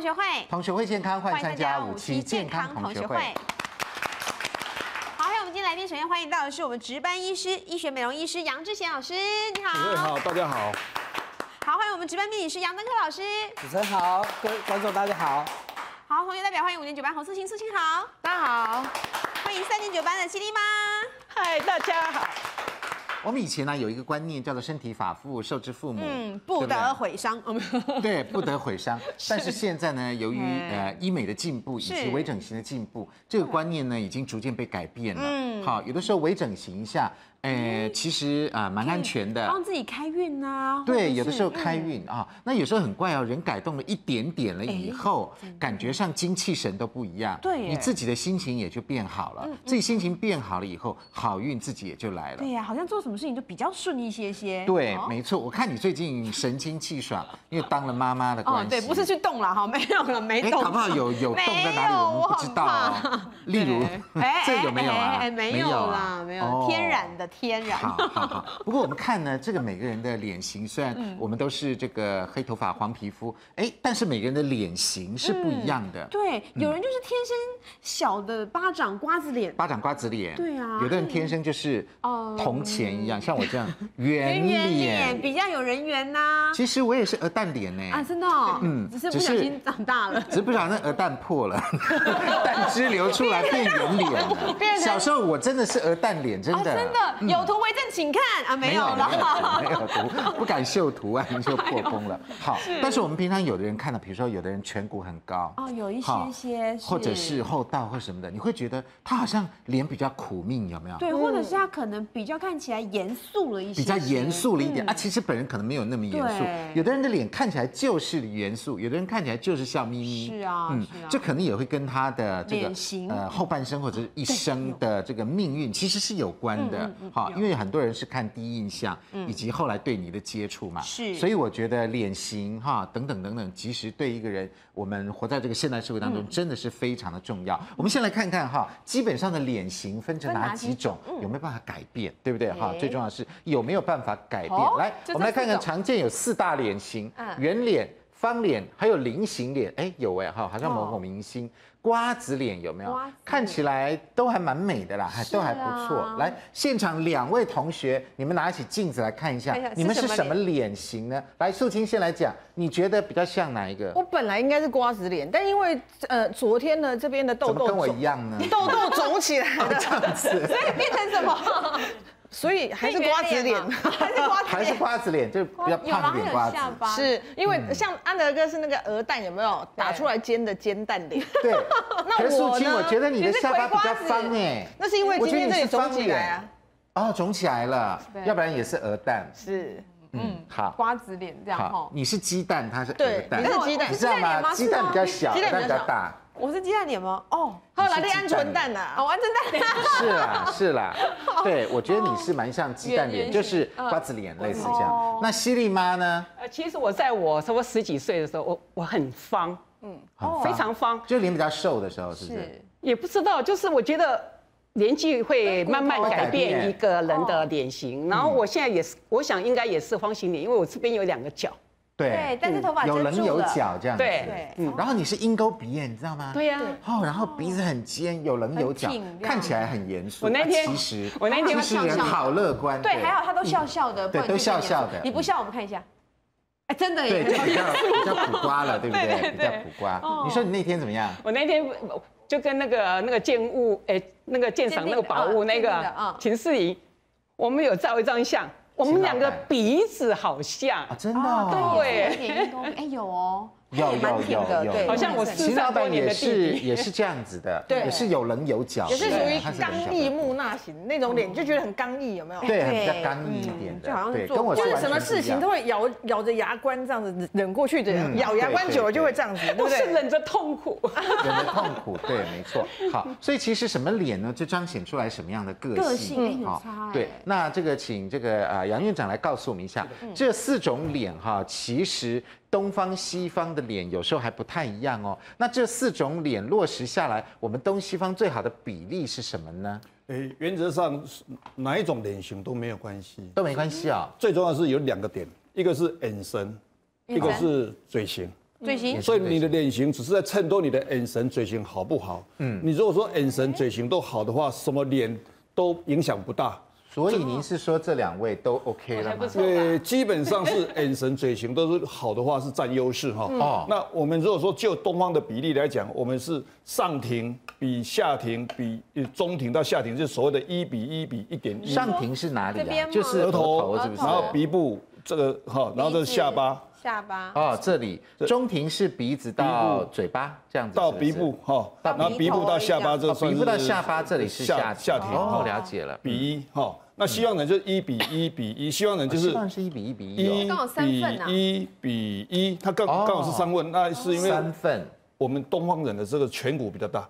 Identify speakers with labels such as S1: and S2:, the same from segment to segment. S1: 学会，
S2: 同学会健康，欢迎参加五期健康同学会。
S1: 好，还有我们今天来宾，首先欢迎到的是我们值班医师、医学美容医师杨志贤老师，你
S3: 各位
S1: 好。
S3: 好，大家好。
S1: 好，欢迎我们值班命理师杨登科老师。
S4: 主持人好，各位观众大家好。
S1: 好，同学代表欢迎五年九班洪素琴，素琴好，大家好。欢迎三年九班的犀利妈。
S5: 嗨，大家好。
S2: 我们以前呢有一个观念叫做“身体发肤受之父母”，
S5: 嗯，
S2: 对
S5: 不
S2: 对
S5: 得毁伤。哦没有
S2: 对，不得毁 伤。但是现在呢，由于呃医美的进步以及
S5: 是
S2: 微整形的进步，这个观念呢已经逐渐被改变了。好，有的时候微整形一下，呃，其实啊、呃蛮安全的。
S5: 帮自己开运呐、啊。或者
S2: 对，
S5: 是
S2: 有的时候开
S1: 嗯
S2: 运啊、那有时候很怪哦，人改动了一点点了以后，感觉上精气神都不一样，
S5: 对耶
S2: 你自己的心情也就变好了，自己心情变好了以后，好运自己也就来了
S5: 对。呀、好像做什么事情就比较顺一些些。
S2: 对，
S5: 哦
S2: 没错，我看你最近神清气爽，因为当了妈妈的关
S5: 哦
S2: 系。，
S5: 对，不是去动了哈，没有了，没
S2: 哎，
S5: 动。
S2: 搞不好有有洞在哪
S5: 没
S2: 里，
S5: 有
S2: 我们
S5: 我
S2: 不
S5: 很
S2: 知道哦。例如
S5: 对哎，
S2: 这有没有啊
S5: 哎哎？哎没有啦，没有，天然
S2: 的。
S5: 的，天然。
S2: 好好好，不过我们看呢，这个每个人的脸型，虽然
S5: 嗯
S2: 我们都是这个黑头发、黄皮肤，哎，但是每个人的脸型是不一样的。
S5: 对，有
S2: 嗯
S5: 人嗯就是天生小的巴掌瓜子脸，
S2: 巴掌瓜子脸，
S5: 对啊哦
S2: 有的人天生就是铜钱一样，像我这样圆脸。
S5: 比较有人缘呐。
S2: 其实我也是鹅蛋脸呢，
S5: 啊，真的哦，
S2: 嗯
S5: 只是
S2: 只
S5: 不小
S2: 是
S5: 心长大了。
S2: 只是不晓得那鹅蛋破 了，蛋汁流出来变圆脸了。小时候我真的是鹅蛋脸，真
S5: 哦，
S2: 的，嗯
S5: 真的有图为证，请看啊，没有哎啦。
S2: 没有 图，不敢秀图案就破功了。好，但是我们平常有的人看到，比如说有的人颧骨很高，
S5: 哦，有一
S2: 好
S5: 些些，
S2: 或者是厚道或什么的，你会觉得他好像脸比较苦命，有没有？
S5: 对，或者
S6: 嗯
S5: 是他可能比较看起来严肃了一些，嗯
S2: 比较严。肃了一点、啊，其实本人可能没有那么严肃
S5: 对。
S2: 有的人的脸看起来就是严肃，有的人看起来就是笑眯眯。嗯
S5: 是啊是啊
S2: 这可能也会跟他的这个
S5: 脸型
S2: 呃后半生或者是一生的这个命运其实是有关
S5: 嗯
S2: 的。好，因为很多人是看第一印象以及后来对你的接触嘛。
S5: 是
S2: 所以我觉得脸型哈等等等等，其实对一个人，我们活在这个现代社会当
S5: 嗯
S2: 中，真的是非常的重要。我们先来看看哈，基本上的脸型分成
S5: 分哪
S2: 哪
S5: 几嗯
S2: 几种，有没有办法改变，对不对？哈，最重要的是有没有办法改变
S5: 哦。
S2: 来，
S5: 就
S2: 我们来
S5: 这四
S2: 看看
S5: 种
S2: 常见有四大脸型
S5: 嗯，
S2: 圆脸。方脸还有菱形脸，哎，有哎哈，好像某
S5: 哦
S2: 某明星。瓜子脸有没有
S5: 瓜子？
S2: 看起来都还蛮美的啦，还都还不错。来，现场两位同学，你们拿起镜子来看一下
S5: 看一下，
S2: 你们是
S5: 是什么
S2: 什么脸型呢？来，素清先来讲，你觉得比较像哪一个
S6: 我？本来应该是瓜子脸，但因为呃昨天呢这边的痘
S2: 怎么
S6: 痘
S2: 跟我
S6: 肿
S2: 一样呢？
S6: 痘痘肿起来了，
S2: 这样子，
S5: 变成什么？
S6: 所以还是瓜子脸。
S5: 还是瓜子
S2: 还是
S5: 脸？
S2: 瓜子脸，就是比较
S1: 有
S2: 胖
S1: 啦，
S2: 一点
S1: 还
S2: 瓜
S1: 有
S2: 子。
S1: 下巴，
S6: 是因为像安德哥是那个鹅蛋有没有打出来煎的煎蛋脸？
S2: 对，
S6: 那
S2: 可是素
S6: 我
S2: 清，
S6: 呢
S2: 我觉得你的
S6: 你是
S2: 下巴比较
S6: 葵瓜子
S2: 方哎，
S6: 那是因为
S2: 我
S6: 今
S2: 觉得
S6: 天
S2: 你
S6: 这
S2: 是
S6: 里
S2: 方
S6: 肿起来啊，
S2: 哦，肿起来了，要不然也是鹅蛋。
S6: 是
S2: 嗯，好。
S5: 瓜子脸这样
S2: 好
S5: 哈，。哦
S2: 你是鸡蛋，它是
S6: 对
S2: 鹅蛋，
S6: 你是鸡蛋
S2: 你知道吗？
S5: 我是
S2: 鸡
S5: 啊鸡蛋
S2: 蛋比
S5: 吗
S2: 较小，
S6: 鸡
S2: 鹅
S6: 蛋
S2: 蛋比
S6: 比较
S2: 较大。
S5: 我是鸡蛋脸吗？哦，
S6: 后来的鹌鹑蛋
S5: 啊，
S6: 呐，
S5: 完整 蛋。
S2: 是啦，是啦，对，我觉得你是蛮像鸡蛋脸，
S5: 圆圆形
S2: 就是瓜子脸类似这样。那犀利妈呢？
S7: 呃，其实我在我差不多十几岁的时候，我我很方，
S2: 很方
S7: 非常方，
S2: 就脸比较瘦的时候，
S6: 哦
S2: 是不是？
S7: 也不知道，就是我觉得年纪会慢慢改变一个人的脸型。然后我现在也是，我想应该也是方形脸，因为我这边有两个角。
S2: 对
S5: 对，，但是头发
S2: 有
S5: 遮
S2: 棱
S5: 住
S2: 有
S5: 了。
S2: 角这样子。
S7: 对
S2: 嗯然后你是鹰钩鼻眼，你知道吗？
S7: 对呀、
S2: 哦，然后鼻子很尖，有棱有角
S5: 很挺，这样
S2: 看起来很严肃。
S7: 我那
S2: 啊
S7: 天
S2: 其实
S7: 我那天
S2: 其实
S7: 要
S2: 人
S7: 上
S2: 好乐观，嗯
S5: 对，还好他都笑笑的，
S2: 对
S5: 不然就
S2: 都
S5: 变
S2: 笑
S5: 严肃
S2: 笑的
S5: 你不笑，我们看一下。哎，真的
S2: 对，
S5: 耶
S2: 就。比 较比较苦瓜了，对不对？比较苦
S6: 哦
S2: 瓜。你说你那天怎么样？
S7: 我那天我就跟那个那个建物，哎、那个鉴赏那个宝物
S5: 鉴
S7: 那
S5: 定的
S7: 个
S5: 啊鉴定的啊
S7: 秦世仪，我们有照一张相，我们两个鼻子好像
S2: 啊，，真的哦，
S7: 对，
S5: 脸鹰钩鼻哎有哦，
S2: 有有有有有，
S7: 好像我
S2: 其
S7: 四
S2: 实老
S7: 十多
S2: 板
S7: 年
S2: 也
S7: 的
S2: 是
S7: 弟弟。
S2: 也是这样子的，
S6: 对
S2: 也是有棱有角的，
S6: 也是属于
S2: 他棱角
S6: 刚
S2: 的
S6: 毅木讷型那种脸，就觉得很刚毅，有没有？
S2: 对，很比
S5: 对
S2: 较刚毅一点
S5: 就好
S2: 的，
S5: 像
S2: 对，
S5: 做
S2: 跟我
S6: 嗯就是
S2: 完
S6: 什
S2: 全
S6: 么
S2: 不一
S6: 事情
S2: 样
S6: 都会咬咬着牙关这样子忍过去的，
S2: 嗯
S6: 咬牙关
S2: 对
S6: 久了
S2: 对
S6: 就会这样子，对不
S7: 我是
S6: 对？
S7: 忍着痛苦，
S2: 人的痛苦，对，没错。好，所以其实什么脸呢，就彰显出来什么样的个性。
S5: 个性哎有
S2: 好
S5: 差哎
S2: 对，那这个请这个啊、呃杨院长来告诉我们一下，这四种脸哈，其实东方西方的脸有时候还不太一样哦。那这四种脸落实下来，我们东西方最好的比例是什么呢？
S3: 诶，原则上哪一种脸型都没有关系，
S2: 都
S3: 嗯
S2: 没关系啊、
S3: 最重要是有两个点，一个是眼神，一个是嘴型。
S1: 嘴型
S2: 也是
S3: 所以你的脸型只是在衬托你的眼神、嘴型好不好。嗯，你如果说眼神、嘴型都好的话，什么脸都影响不大。
S2: 所以您是说这两位都 OK 嗯了吗？
S3: 对，基本上是眼神、嘴型都是好的话是占优势哈。
S2: 哦
S3: 哦，那我们如果说就东方的比例来讲，我们是上庭比下庭比呃中庭到下庭，就是所谓的一比一比一点一，
S2: 上庭是哪里
S1: 这边
S2: 啊？
S1: 吗
S2: 就是
S3: 额
S2: 额
S3: 头
S2: 头，是不是？
S3: 然后鼻部这个哈，然后这个下巴
S1: 下巴，
S2: 哦，这里中庭是鼻子到嘴巴这样子，
S3: 到
S2: 是不
S3: 鼻
S2: 是
S3: 部哈，
S1: 到
S3: 然后
S1: 鼻
S3: 鼻
S1: 头
S3: 部到下巴这
S2: 哦
S3: 个算
S2: 鼻
S3: 是
S2: 部到下巴这里是下
S3: 下庭
S2: 哦，
S3: 哈，
S2: 了解了。
S3: 比一哈。那西方人就是一比一比一，西方人就
S2: 就是
S3: 是
S2: 当然是一比一比一
S3: 一
S2: 哦，
S5: 刚好三
S3: 比
S5: 份啊
S3: 一比一，它刚
S2: 哦
S3: 刚好是三问，那是因为
S2: 三份
S3: 我们东方人的这个颧骨比较大，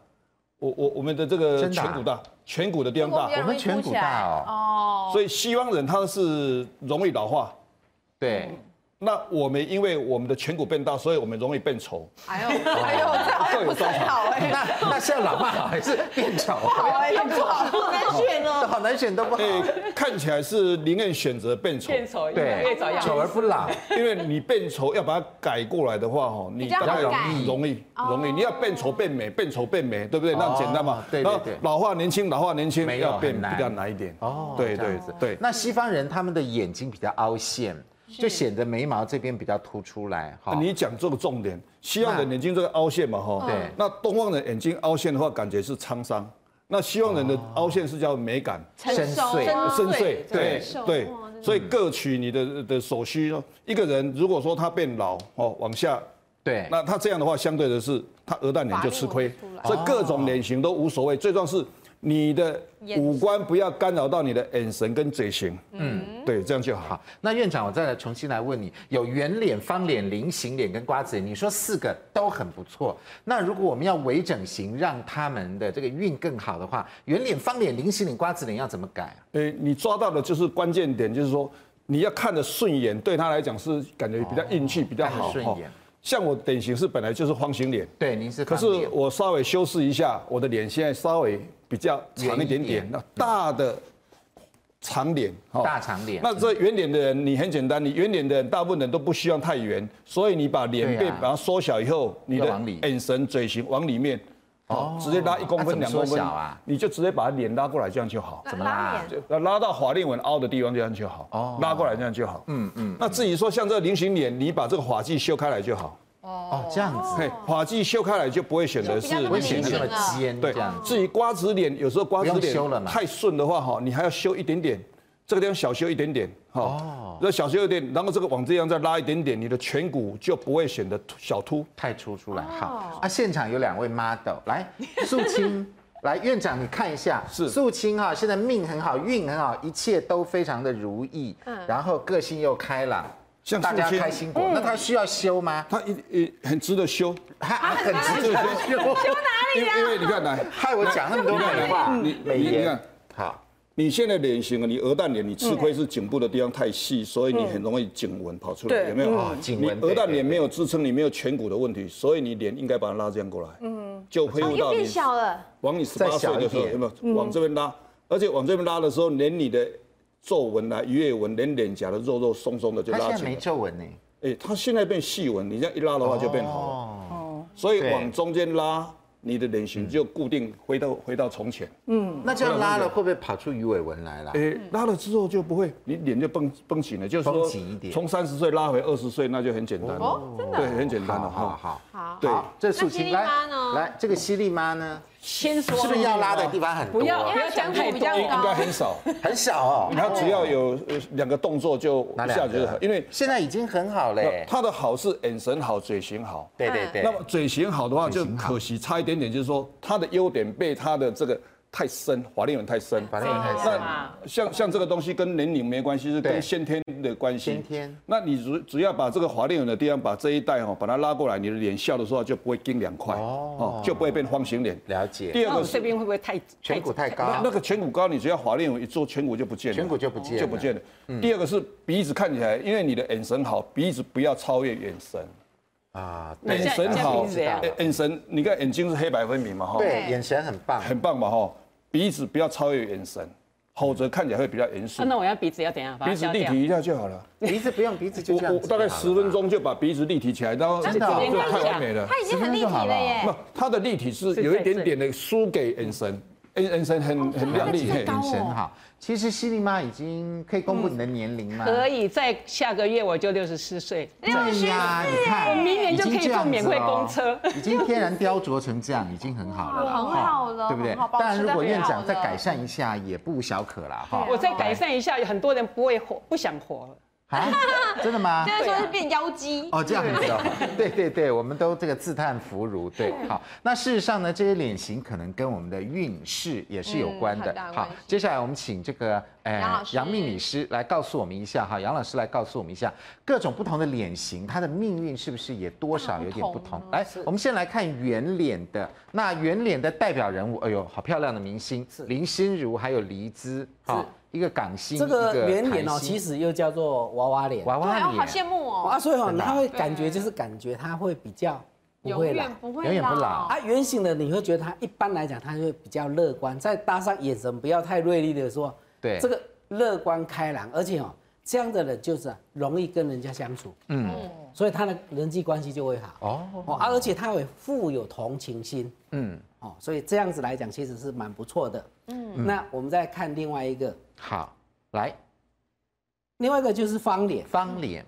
S3: 我我我们的这个
S2: 真的啊
S3: 颧骨大，颧骨的地方大，
S2: 我们颧骨大哦，
S3: 所以西方人他是容易老化。
S2: 对，
S7: 嗯
S3: 那我们因为我们的颧骨变大，所以我们容易变丑，
S1: 哎呦，哎呦，这好
S3: 各有专长。
S1: 好哎，
S2: 那 那是要老化好还是变丑？好
S1: 哎，又不好，好难选哦。
S2: 好难选都不好，
S3: 哎，看起来是宁愿选择变丑，
S7: 变丑，
S2: 对
S7: 越早，
S2: 丑
S7: 要
S2: 而不老，
S3: 因为你变丑要把它改过来的话，哦，你
S1: 较好
S3: 大概
S1: 改
S3: 容易容易，你要变丑变美，变丑变美，对不对？那很简单嘛。
S2: 哦对对
S3: 然后
S2: 对
S3: 老化年轻，老化年轻
S2: 没有
S3: 要变
S2: 很难
S3: 比较难一点。
S2: 哦
S3: 对
S2: 这
S3: 对
S2: 样子
S3: 对。
S2: 那西方人他们的眼睛比较凹陷，就显得眉毛这边比较凸出来哈。
S3: 你讲这个重点，西方人
S2: 那
S3: 眼睛这个凹陷嘛，哈，
S2: 对
S3: 那东方人眼睛凹陷的话，感觉是沧桑。那西方人的凹陷是叫美感、
S2: 哦深邃，
S3: 深邃，
S2: 对
S3: 对对，所以各取你的的所需哦。一个人如果说他变老哦，往下，
S2: 对，
S3: 那他这样的话，相对的是他鹅蛋脸就吃亏，所以各种脸型都无所谓，最重要是你的五官不要干扰到你的眼神跟嘴型，嗯，对，这样就好
S2: 好。，那院长，我再来重新来问你，有圆脸、方脸、菱形脸跟瓜子脸，你说四个都很不错。那如果我们要微整形，让他们的这个运更好的话，圆脸、方脸、菱形脸、瓜子脸要怎么改啊？
S3: 呃，你抓到的就是关键点，就是说你要看得顺眼，对他来讲是感觉比较运气比较
S2: 看
S3: 好。
S2: 得顺眼
S3: 哦像我典型是本来就是方形脸，
S2: 对，您是
S3: 可
S2: 方
S3: 是
S2: 脸，
S3: 我稍微修饰一下，我的脸现在稍微比较长一点
S2: 圆一点
S3: 点，那大的长脸，哦
S2: 大长脸
S3: 那这圆脸的人，你很简单，你圆脸的人，大部分人都不希望太圆，所以你把脸
S2: 对
S3: 变
S2: 啊
S3: 把它缩小以后，你
S2: 要
S3: 的
S2: 往里
S3: 眼神、嘴型往里面，
S2: 哦
S3: 哦，直接拉一公
S2: 那怎
S3: 分、
S2: 么
S3: 两公
S2: 缩
S3: 分
S2: 小啊，
S3: 你就直接把脸拉过来，这样就好。
S2: 怎么啦？
S3: 那拉到法令纹凹的地方这样就好，
S2: 哦
S3: 拉过来这样就好。
S2: 嗯嗯，
S3: 那至于说像这个菱形脸，你把这个发髻修开来就好，
S2: 哦，这样子，
S3: 嘿，发髻修开来就不会显得是
S1: 就比较
S2: 不会
S1: 菱形
S2: 显得那么尖，
S3: 对
S2: 这样，子。
S3: 至于瓜子脸，有时候瓜子
S2: 不用修了
S3: 脸
S2: 嘛
S3: 太顺的话，哈，你还要修一点点，这个地方小修一点点，
S2: 哦
S3: 哈，那小修一点，然后这个往这样再拉一点点，你的颧骨就不会显得小凸。
S2: 太凸出来。好啊，现场有两位 model，来， 素清，来院长你看一下，
S3: 是
S2: 素清哈、现在命很好，运很好，一切都非常的如意，然后个性又开朗，
S3: 像
S2: 大家
S3: 素清
S2: 开心果。那他需要修吗？
S3: 它一一很值得修，
S2: 他很值得修，
S3: 因为因为你看来，
S2: 害我讲那么多美话，
S3: 你
S2: 美
S3: 你你
S2: 颜
S3: 看。
S2: 好。
S3: 你现在脸型啊，你鹅蛋脸，你吃亏是颈部的地方太细，所以你很容易颈纹跑出来，
S6: 对
S3: 有没有？
S2: 哦颈纹
S3: 你
S2: 对
S3: 鹅蛋脸没有支撑，你没有颧骨的问题，所以你脸应该把它拉这样过来，嗯，就恢复
S5: 哦又
S3: 到
S5: 变
S3: 你
S5: 小了，
S3: 往你十
S2: 再
S3: 八岁
S2: 小一
S3: 的时候
S2: 点
S3: 有没有往这边拉？而且往这边拉的时候，连你的皱纹啊、鱼尾纹，连脸颊的肉肉松松的就
S2: 他现
S3: 拉
S2: 在
S3: 起
S2: 没
S3: 来。
S2: 皱纹呢，
S3: 哎，它现在变细纹，你这样一拉的话就变好了。
S2: 哦，
S3: 所以
S2: 对嗯
S3: 往中间拉，你的脸型就固定回到回到从前。
S2: 那这样拉了会不会跑出鱼尾纹来了？
S3: 诶，拉了之后就不会，你脸就绷绷紧了，就是
S2: 绷
S3: 说
S2: 紧一点
S3: 从三十岁拉回二十岁，那就很简单
S2: 哦
S3: 了。真的，
S2: 啊
S3: 对，很简单
S2: 好
S3: 了
S2: 好
S3: 哈。
S2: 好
S1: 好
S3: 对
S2: 好，这素
S1: 那犀
S2: 清
S1: 利
S2: 来
S1: 妈呢
S2: 来，这个犀利妈呢，
S7: 先说，
S2: 是不是要拉的地方很多？啊
S7: 不要
S1: 因
S7: 不
S1: 为
S7: 要
S1: 它
S7: 讲
S1: 颧
S7: 太
S1: 骨比较
S7: 多。
S1: 高
S3: 应该很少，
S2: 很小哦，
S3: 他只要有呃两个动作就
S2: 哪
S3: 一
S2: 两
S3: 下子就
S2: 个
S3: 好，？因为
S2: 现在已经很好嘞。
S3: 他的好是眼神好，嘴型好。
S2: 对对对，
S3: 那么嘴型好的话，就可惜差一点点，就是说他的优点被他的这个太深，法令纹太深。
S2: 反正也太深了。
S7: 啊
S3: 那像像这个东西跟年龄没关系，是
S2: 对
S3: 跟先天的关系。
S2: 先天。
S3: 那你只只要把这个法令纹的地方，把这一带哦，把它拉过来，你的脸笑的时候就不会盯两块
S2: 哦
S3: 哦，就不会变方形脸。
S2: 了解，
S3: 第二
S7: 那
S3: 个
S7: 我哦这
S3: 是
S7: 边会不会太
S2: 颧骨太
S3: 哎那
S2: 高
S3: 那，个颧骨高，你只要法令纹一做，颧骨就不见了，
S2: 颧骨就不见了嗯
S3: 就不见了。第二个是鼻子看起来，因为你的眼神好，鼻子不要超越眼神。
S2: 啊，
S7: 那
S3: 眼神
S7: 像
S3: 好
S7: 鼻子这样，
S3: 眼眼神，你看眼睛是黑白分明嘛哈，
S2: 对，眼神很棒，
S3: 很棒嘛哈，鼻子不要超越眼神，否则看起来会比较严肃
S7: 啊。那我要鼻子要怎样？把它
S3: 鼻子
S7: 削
S3: 立
S7: 掉
S3: 体一下就好了。
S2: 鼻子不用，鼻子就这样
S3: 我我
S2: 子
S3: 大概
S2: 就好了
S3: 十分钟就把鼻子立体起来，然后
S2: 真的哦
S3: 这个太完美了。
S5: 他已经很立体了耶。
S3: 那它的立体是有一点点的输给眼神，眼眼神很很亮丽。嘿
S2: 眼神哈。其实犀利妈已经可以公布你的年龄吗？
S7: 可以，在下个月我就六十四岁。
S2: 对呀，你看，
S7: 我明年就
S2: 已经
S7: 可以
S2: 这样
S7: 坐免费
S2: 子了哦
S7: 公车
S2: 已经天然雕琢成这样，已经很好了啦，
S5: 很好了
S2: 哈对不对
S5: 很好？保
S2: 当然，
S5: 持
S2: 如
S5: 得
S2: 果
S5: 很
S2: 院
S5: 好
S2: 长
S5: 了啊
S2: 再改善一下，也不小可啦，哈。
S7: 我再改善一下，很多人不会活，不想活了。
S2: 啊，真的吗？
S5: 现在说是变妖姬，
S2: 哦，这样很好。对对对，我们都这个自叹弗如。对，好。那事实上呢，这些脸型可能跟我们的运势也是有关
S1: 嗯
S2: 的。好，接下来我们请这个呃
S1: 杨老师
S2: 杨命理师来告诉我们一下哈，杨老师来告诉我们一下各种不同的脸型，它的命运是不是也多少有点不同？
S1: 嗯
S2: 来，我们先来看圆脸的。那圆脸的代表人物，哎呦，好漂亮的明星林心如，还有黎姿，好，一个港星，
S4: 这个圆脸哦，
S2: 台星
S4: 其实又叫做娃娃脸
S2: 娃
S1: 对，
S2: 娃
S1: 我
S2: 脸
S1: 好，羡慕哦，
S4: 啊，所以哦，
S2: 真的啊
S4: 他会感觉就是感觉他会比较不会
S1: 永
S4: 老
S1: 远。不会
S2: 永远不老
S1: 老。
S4: 啊，圆形的你会觉得他一般来讲他会比较乐观，再搭上眼神不要太锐利的说，
S2: 对
S4: 这个乐观开朗，而且哦，这样的人就是啊容易跟人家相处，嗯，所以他的人际关系就会好
S2: 哦。
S4: 哦，啊而且他会富有同情心，
S2: 嗯，
S4: 哦，所以这样子来讲其实是蛮不错的，嗯，那我们再看另外一个，
S2: 好，来
S4: 另外一个就是方脸，
S2: 方脸。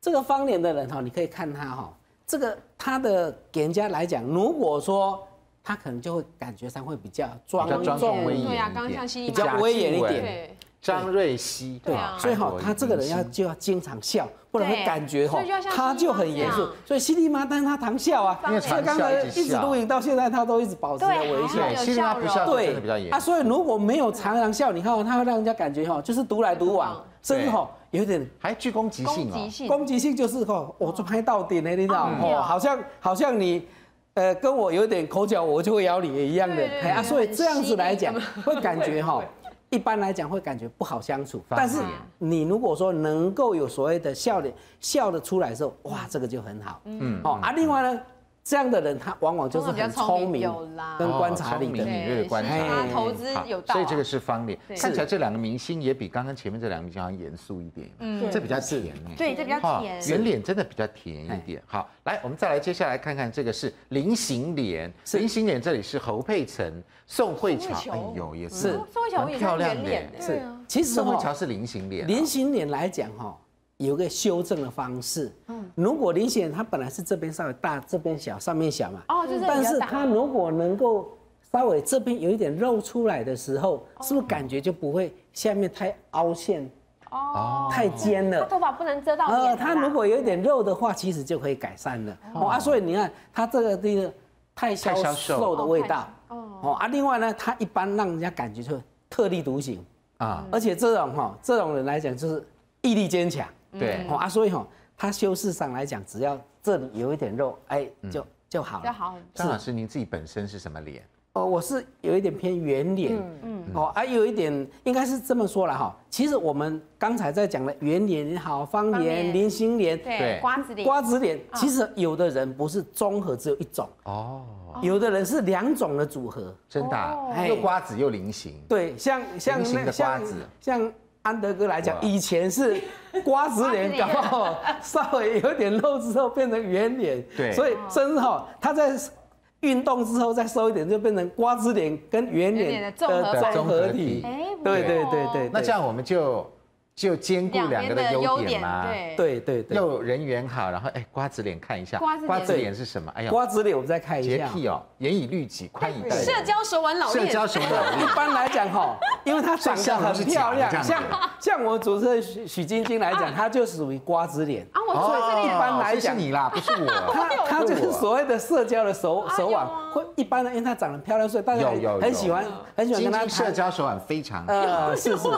S4: 这个方脸的人哈，你可以看他哈，这个他的给人家来讲，如果说他可能就会感觉上会比较庄
S2: 比较庄
S4: 重
S2: 重威严一点
S1: 对
S5: 啊
S1: 呀，刚刚像新一
S4: 比较威严一点
S1: 对，
S2: 张瑞熙，
S4: 对
S1: 啊，
S4: 所以哈
S2: 韩国，
S4: 他这个人
S2: 明
S4: 要
S2: 星
S4: 就要经常笑，不然会
S1: 对
S4: 感觉哈
S1: 所以就要像，
S4: 他
S1: 犀利
S4: 就
S1: 妈
S4: 很严
S1: 这
S4: 肃
S1: 样。
S4: 所以犀利妈，但是他常笑啊，
S2: 因为
S4: 所以
S2: 常
S4: 刚
S2: 笑
S4: 才
S2: 一直
S4: 一直
S2: 笑
S4: 录影到现在，他都一直保持着
S1: 对，
S4: 微笑。
S1: 还
S2: 对
S1: 好有
S2: 其实他
S1: 笑
S2: 不笑
S1: 容，
S2: 对真的比较严
S4: 啊，所以如果没有常常笑，你看哦，他会让人家感觉哈，就是独来独
S2: 嗯
S4: 往，甚至哈有点
S2: 还具攻击性
S1: 攻
S2: 哦
S1: 击。性，
S4: 攻击性就是
S1: 哦
S4: 吼，我就拍到底呢，你知道
S1: 嗯
S4: 吗？
S1: 啊
S4: 哦，好像好像你。呃，跟我有点口角，我就会咬你也一样的，
S1: 对对对
S4: 哎啊，所以这样子来 讲
S1: 很，
S4: 会感觉哈，一般来讲会感觉不好相处。
S2: 反而
S4: 但是你如果说能够有所谓的笑脸笑得出来的时候，哇，这个就很好。嗯，哦啊，另外呢，这样的人他往往就是
S1: 通
S4: 很
S1: 常比较聪
S4: 聪
S1: 明
S4: 明
S1: 有啦
S4: 跟观察
S2: 哦
S4: 力
S2: 聪
S4: 的
S2: 明。敏锐的观察
S1: 是他
S5: 哎
S2: 力，
S1: 投资
S2: 好
S1: 有道啊，
S2: 所以这个是方脸。看起来
S4: 是
S2: 这两个明星也比刚刚前面这两个明星好像严肃一点，嗯，这比较甜哎。
S1: 对，这比较
S2: 哈
S1: 甜，
S2: 圆脸真的比较甜
S4: 哎
S2: 一点。好，来，我们再来，接下来看看这个是菱形脸，
S4: 是
S2: 菱形脸这里是侯佩岑、宋慧乔，
S6: 宋慧乔
S2: 哎呦，也是
S1: 嗯宋慧乔我
S2: 蛮
S1: 也
S2: 漂
S1: 是
S2: 亮
S1: 圆
S2: 的
S1: 脸
S2: 耶，
S1: 的，
S4: 是，其实
S2: 宋慧
S4: 哈
S2: 乔是菱形脸哦，
S4: 菱形脸来讲哈、有个修正的方式。嗯，如果菱形脸它本来是这边稍微大，这边小，上面小嘛。
S1: 哦就是
S4: 但
S1: 比
S4: 是
S1: 较大
S4: 它如果能够稍微这边有一点露出来的时候，是不是感觉就不会下面太凹陷？哦，太尖了。
S1: 头发不能遮到脸的啦。
S4: 呃它如果有一点肉的话，其实就可以改善了。哦啊，所以你看它这个地方太消
S2: 太消瘦
S4: 瘦的味道。哦啊，另外呢，它一般让人家感觉就特立独行。
S2: 啊，
S4: 而且这种哈、这种人来讲就是毅力坚强，
S2: 对
S4: 哦啊，所以哈、他修饰上来讲，只要这里有一点肉，哎，就、就好
S1: 就
S4: 了。
S1: 好很多，
S2: 张老师您自己本身是什么脸？
S4: 哦，我是有一点偏圆脸，嗯哦，啊，有一点应该是这么说了哈、其实我们刚才在讲的圆脸也好，方
S1: 方
S4: 脸、
S1: 脸
S4: 菱形脸、
S1: 对
S2: 对，
S1: 瓜子脸，
S4: 瓜子脸，其实有的人不是综合只有一种，
S2: 哦，
S4: 有的人是两种的组合。
S2: 真的啊，
S4: 哦
S2: 又瓜子又菱形。
S4: 对，像像
S2: 形的瓜
S4: 那像
S2: 子
S4: 像安德哥来讲
S2: 哇，
S4: 以前是瓜子
S1: 瓜子
S4: 脸，
S1: 脸
S4: 搞不 好稍微有点肉之后变成圆脸，
S2: 对
S4: 所以真的哈，他在运动之后再瘦一点，就变成瓜子脸跟圆
S1: 圆脸
S4: 脸
S1: 的综合版
S4: 综合体
S2: 哎。
S1: 哎，不
S4: 对
S1: 错
S4: 对对
S1: 哦
S4: 对，
S2: 那这样我们就就兼顾两个的优点嘛，
S1: 对，
S4: 对对对，
S2: 又人缘好，然后哎，瓜子脸看一下，
S1: 瓜子脸
S2: 是什么？哎呀，
S4: 瓜子脸我们再看一
S2: 洁
S4: 下。
S2: 癖哦，严以律己，宽以待人，
S1: 社交手腕老
S2: 社
S1: 练，
S2: 交什么老
S4: 一般来讲哈，因为她长得很漂
S2: 所以笑容是
S4: 亮，
S2: 假
S4: 像
S2: 的
S4: 像我主持人许许晶晶来
S1: 啊
S4: 讲，她就属于瓜子脸。
S1: 啊，我说这
S4: 一
S1: 脸
S4: 般来讲
S2: 哦是你啦，不是
S1: 哦
S2: 我。
S4: 他他就是所谓的社交的手
S1: 啊
S4: 手
S1: 有
S4: 腕
S1: 啊，
S4: 会一般的，因为他长得漂亮，所以大家
S2: 有有有
S4: 很喜
S1: 嗯
S4: 欢很喜欢
S2: 晶
S4: 跟他
S2: 晶社
S4: 谈。
S2: 交手腕非常，
S4: 呃，是是。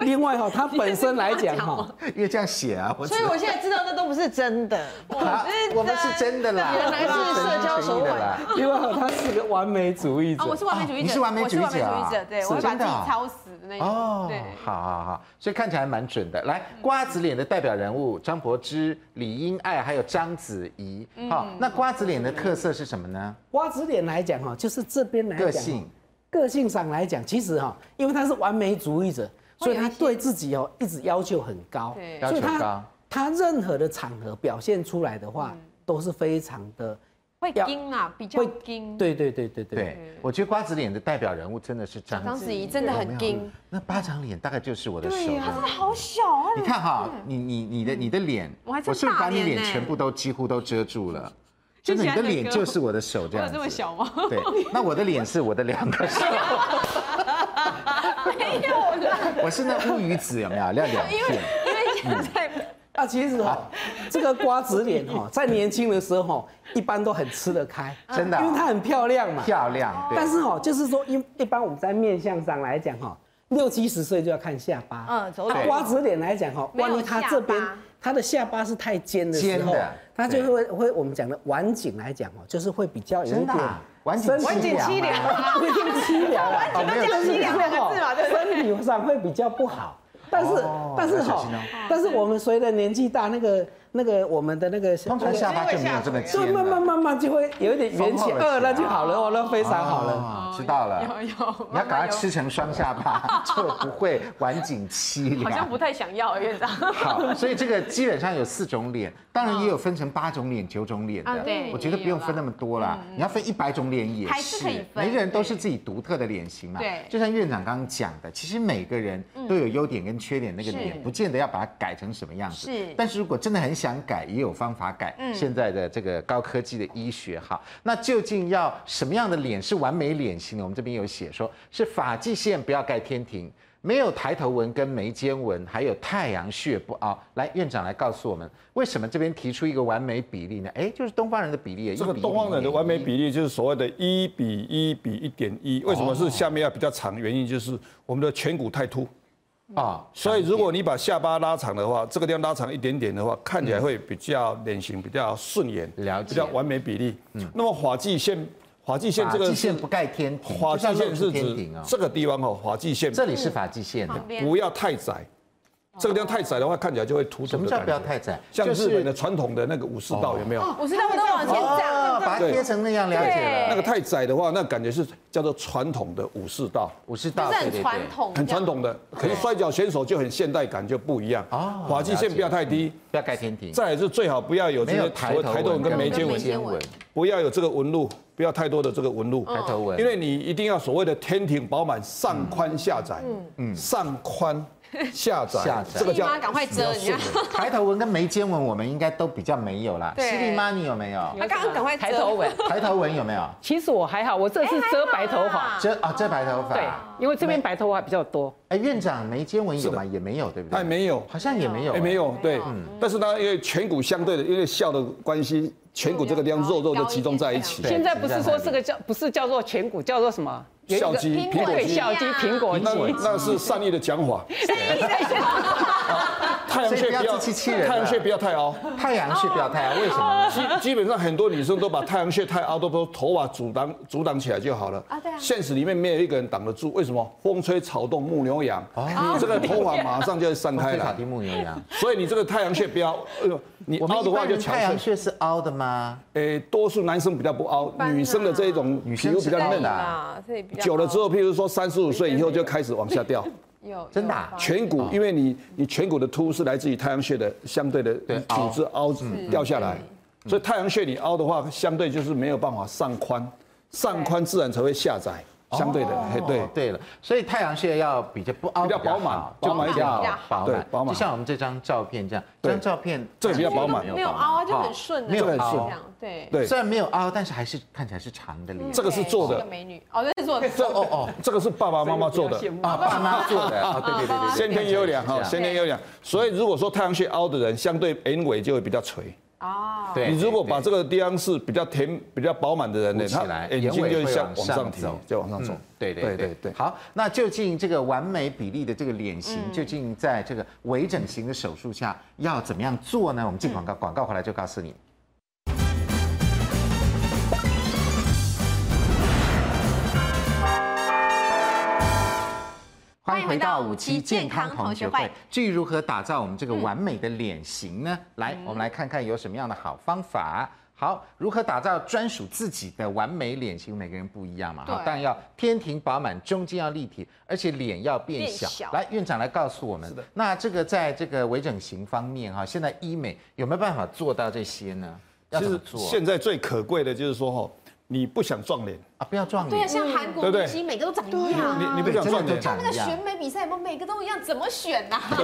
S4: 另外哈，他本身来讲哈，
S2: 因为这样写啊，我
S6: 所以我现在知道那都不是真的，
S2: 啊我们是真的啦，
S6: 原来是
S2: 我们真心
S6: 社交手
S2: 诚意的
S6: 腕
S2: 啦。
S4: 另外哈，他是个完美主义者
S1: 啊，。我是完美主义者，
S2: 你是完美主义者啊
S1: 我是完美主义者，对，
S2: 是
S1: 我会把
S2: 真
S1: 自
S2: 的
S1: 己
S2: 啊
S1: 操死的那种，
S2: 哦
S1: 对，，嗯
S2: 好好好，所以看起来蛮准的。来，瓜子脸的代表人物张柏芝、李英爱，还有章子怡。
S1: 嗯
S2: 好，那瓜子脸的特色是什么呢？
S4: 瓜子脸来讲哈，就是这边来
S2: 个
S4: 讲，
S2: 性
S4: 个性上来讲，其实哈、因为他是完美主义者，所以他对自己哦一直要求很高，
S1: 对
S2: 要
S4: 所以
S2: 求
S4: 他
S2: 高
S4: 他任何的场合表现出来的话，都是非常的
S1: 会
S4: 要
S1: 硬啊，嗯比较硬。，
S4: 对对对对对。
S2: 对，我觉得瓜子脸的代表人物真的是章
S1: 章
S2: 子
S1: 子怡
S2: 怡，
S1: 真的
S2: 有
S1: 很
S2: 没有
S1: 硬。
S2: 那巴掌脸大概就是我的手
S5: 对啊
S2: 了。
S5: 好小啊，
S2: 你看哈，你你你的你的脸，
S1: 嗯我还真
S2: 是不是把你
S1: 大脸
S2: 脸
S1: 呢
S2: 全部都几乎都遮住了？真的，你
S1: 听起来
S2: 的
S1: 很
S2: 脸
S1: 高
S2: 就是我的手这 样
S1: 我有
S2: 子。
S1: 这么小吗？
S2: 对，那我的脸是我的两个 手。没有啦，我是那乌鱼子有没有？要两片。嗯
S4: 啊，其实哈、这个瓜子脸哈、在年轻的时候、哈，一般都很吃得开，
S2: 真的啊
S4: 因为她很漂亮嘛。
S2: 漂亮，对
S4: 但是哈、哦就是说一一般我们在面相上来讲哈、六七十岁就要看下巴。
S6: 嗯走
S4: 啊
S2: 走
S4: 瓜子脸来讲哈、
S1: 没有
S4: 万一她这边
S1: 下巴
S4: 她的下巴是太尖的时
S2: 尖
S4: 候
S2: 的，
S4: 她就
S2: 对
S4: 会会我们讲的晚景来讲哦，就是会比较有一
S2: 真的
S4: 点
S2: 啊晚景
S4: 身体
S2: 晚景
S6: 凄凉啊
S4: 不一定凄凉啊，
S2: 哦没有
S4: 但是
S6: 凄凉
S4: 这
S6: 两
S4: 个
S6: 个字嘛对不对
S4: 身体上会比较不好。但是
S2: 哦
S4: 但是
S2: 要小
S4: 哈
S2: 心哦，
S4: 但是我们随着年纪大，那个那个我们的那个
S2: 通常下巴就没有这么
S4: 就
S2: 尖
S4: 慢慢
S2: 了。
S4: 慢慢就会有一点
S2: 丰
S4: 元
S2: 厚
S4: 气，
S2: 了
S4: 二
S2: 起来
S4: 那就好了哦，那非常好了。
S2: 哦，知道了。
S1: 有有，
S2: 你要赶快吃成双下 巴，就不会晚景凄凉。
S1: 好像不太想要，院长。
S2: 好，所以这个基本上有四种脸，当然也有分成八种脸、九种脸的。
S1: 啊对嗯
S2: 我觉得不用分那么多啦，你要分一百种脸也
S1: 还是可以分
S2: 每个人都是自己独特的脸型嘛。
S1: 对
S2: 就像院长刚刚讲的，其实每个人都有优点跟缺点，那个
S1: 是
S2: 脸不见得要把它改成什么样子。
S1: 是
S2: 但是如果真的很想改，也有方法改。现在的这个高科技的医学哈，那究竟要什么样的脸是完美脸型呢？我们这边有写说是发际线不要盖天庭。没有抬头纹跟眉间纹，还有太阳穴不凹。来，院长来告诉我们，为什么这边提出一个完美比例呢？哎，就是东方人的比例耶，
S3: 这个
S2: 1比1
S3: 东方人的完美比
S2: 1:1。
S3: 例就是所谓的一比一比一点一，为什么是下面要比较长？原因就是我们的颧骨太凸，
S2: 啊，
S3: 所以如果你把下巴拉长的话，这个地方拉长一点点的话，看起来会比较脸型比较顺眼，
S2: 了解
S3: 比较完美比例。那么发际线，发际线
S2: 发
S3: 这个
S2: 际
S3: 是
S2: 线不盖天庭，
S3: 发际线是
S2: 不叫露出天
S3: 指
S2: 庭啊，
S3: 这个地方哦，发际线
S2: 这里是发际线的。
S3: 不要太窄，这个地方太窄的话，看起来就会突出。
S2: 什么叫不要太？窄？
S3: 像
S2: 就是
S3: 日本的传统的那个武士道有没有？
S1: 我是他们都往前
S2: 哦，把它贴成那样，了解了。
S3: 那个太窄的话，那感觉是叫做传统的武士道。
S2: 我是大，
S1: 是
S2: 对
S1: 很
S2: 对
S1: 传
S2: 对。
S5: 哦
S1: 统，
S3: 很传统的，可是摔跤选手就很现代感，就不一样
S2: 哦嗯
S3: 啊。发际线不要太低，
S2: 不要盖天庭，
S3: 再来是最好不要有这
S2: 没有
S3: 个
S2: 抬头
S3: 抬头纹跟眉间纹，
S1: 间纹
S3: 不要有这个纹
S2: 哦
S3: 路，不要太多的这个纹路，
S2: 抬头纹，
S3: 因为你一定要所谓的天庭饱满，上宽下窄，嗯，上宽
S2: 下
S3: 下窄，
S2: 窄
S3: 这个
S1: 姨
S3: 叫
S1: 妈赶快遮，你看，
S2: 抬头纹跟眉间纹我们应该都比较没有啦。
S1: 对
S2: 犀利妈，你有没有？
S1: 他 刚刚赶快
S7: 抬
S1: 遮
S7: 头纹。
S2: 抬头纹有没有？
S7: 其实我还好，我这是遮白头发，
S2: 遮啊，遮白头发。
S7: 对，因为这边白头发比较多。
S2: 哎，院长眉间纹有吗？也没有，对不对？
S3: 哎没有
S2: 好像也没有。啊嗯
S3: 哎没。有对，但是它因为颧骨相对的，因为笑的关系，颧骨这个地方肉肉就集中在一起
S2: 对，
S7: 现在不是说
S2: 现在哪里
S7: 这个叫不是叫做颧骨，叫做什么？有一
S3: 笑
S7: 个
S3: 肌、
S1: 苹
S3: 苹果
S1: 果
S7: 对，
S1: 肌
S3: 肌。
S7: 笑肌、苹果
S3: 那
S7: 肌。啊
S3: 那是善意的讲 法，
S7: 哎
S3: 哎
S2: 所以
S3: 太阳穴不
S2: 不要
S3: 要
S2: 自欺欺人啊了
S3: 太阳穴不要太凹。
S2: 太阳穴不要太
S1: 哦
S2: 阳，为什么 呢？
S3: 基基本上很多女生都把太阳穴太凹，都都头发阻挡阻挡起来就好了。啊，对啊。现实里面没有一个人挡得住，为什么？风吹草动木牛羊，这个头发马上就会散开
S2: 哦吹草
S3: 了
S2: 地。木牛羊。
S3: 所以你这个太阳穴不要，哎呦，你
S2: 啊我们
S3: 凹
S2: 一
S3: 的话
S2: 般
S3: 就
S2: 人
S3: 强
S2: 太阳
S3: 盛。
S2: 穴是凹的吗？
S3: 诶，多数男生比较不凹，
S2: 啊
S3: 女生的这一种
S2: 女
S3: 皮
S2: 生
S3: 肤比较
S2: 是
S3: 嫩
S2: 这样的，
S6: 啊，所以比较
S3: 久了之后，譬如说三十五岁以后就开始往下掉。
S6: 有
S2: 真的啊
S3: 颧骨，因为你你颧骨的凸是来自于太阳穴的相对的
S2: 对嗯
S3: 组织凹掉下来，所以太阳穴你凹的话，相对就是没有办法上宽，上宽自然才会下窄，相对的，嘿对
S2: 哦。对了，所以太阳穴要比较不凹，
S3: 比较饱满
S2: 好
S3: 饱满
S2: 就
S3: 一
S2: 比
S3: 点
S2: 较饱
S3: 对
S2: 满，
S3: 饱满
S2: 就像我们这张照片这样，这
S3: 对
S2: 张照片
S3: 这个比较饱满
S6: 没有凹啊，就
S2: 好
S6: 很顺啊，
S2: 没有
S3: 这个很顺
S6: 这样对。
S3: 对
S2: 虽然没有凹，但是还是看起来是长的脸。
S3: 这个是做的
S6: 一个美女哦，这是做 的，
S3: 这哦哦，这个是爸爸妈妈做的，
S2: 啊，爸妈做的啊，对对对对，
S3: 先天优良哈，
S2: 是这
S3: 先
S2: 样
S3: 天优良。所以如果说太阳穴凹的人，相对眼尾就会比较垂。
S1: 啊
S2: 对，
S3: 你如果把这
S2: 个
S3: 个地方是比较甜、比较饱满的人呢，
S2: 鼓起
S3: 他
S2: 来
S3: 眼睛
S2: 眼尾
S3: 就
S2: 会
S3: 向
S2: 往
S3: 往
S2: 上
S3: 上提
S2: 走，嗯
S3: 就往上走。
S2: 对对对对嗯
S3: 对。
S2: 好，那究竟这个完美比例的这个脸型，究竟在这个微整形的手术下要怎么样做呢？我们进广告，广告回来就告诉你。欢迎回到五期健康同学会。至于如何打造我们这个完美的脸型呢？来，我们来看看有什么样的好方法。好，如何打造专属自己的完美脸型？每个人不一样嘛，
S1: 对
S2: 哈，当然要天庭饱满，中间要立体，而且脸要变小。
S6: 变小
S2: 来，院长来告诉我们，那这个在这个微整形方面哈，现在医美有没有办法做到这些呢？要
S3: 其
S2: 怎么
S3: 实
S2: 做
S3: 现在最可贵的就是说哈，你不想撞脸，
S2: 啊？不要撞
S5: 对啊，
S2: 脸，
S5: 像韩国
S3: 对
S5: 明
S3: 不对啊
S5: 星每个都长一
S3: 你
S5: 样，
S3: 你不想
S2: 真的
S3: 撞
S2: 都
S3: 脸，
S2: 长
S5: 那
S2: 一
S5: 个
S2: 样
S5: 选。美比赛，有没有每个都一样？怎么选啊呐？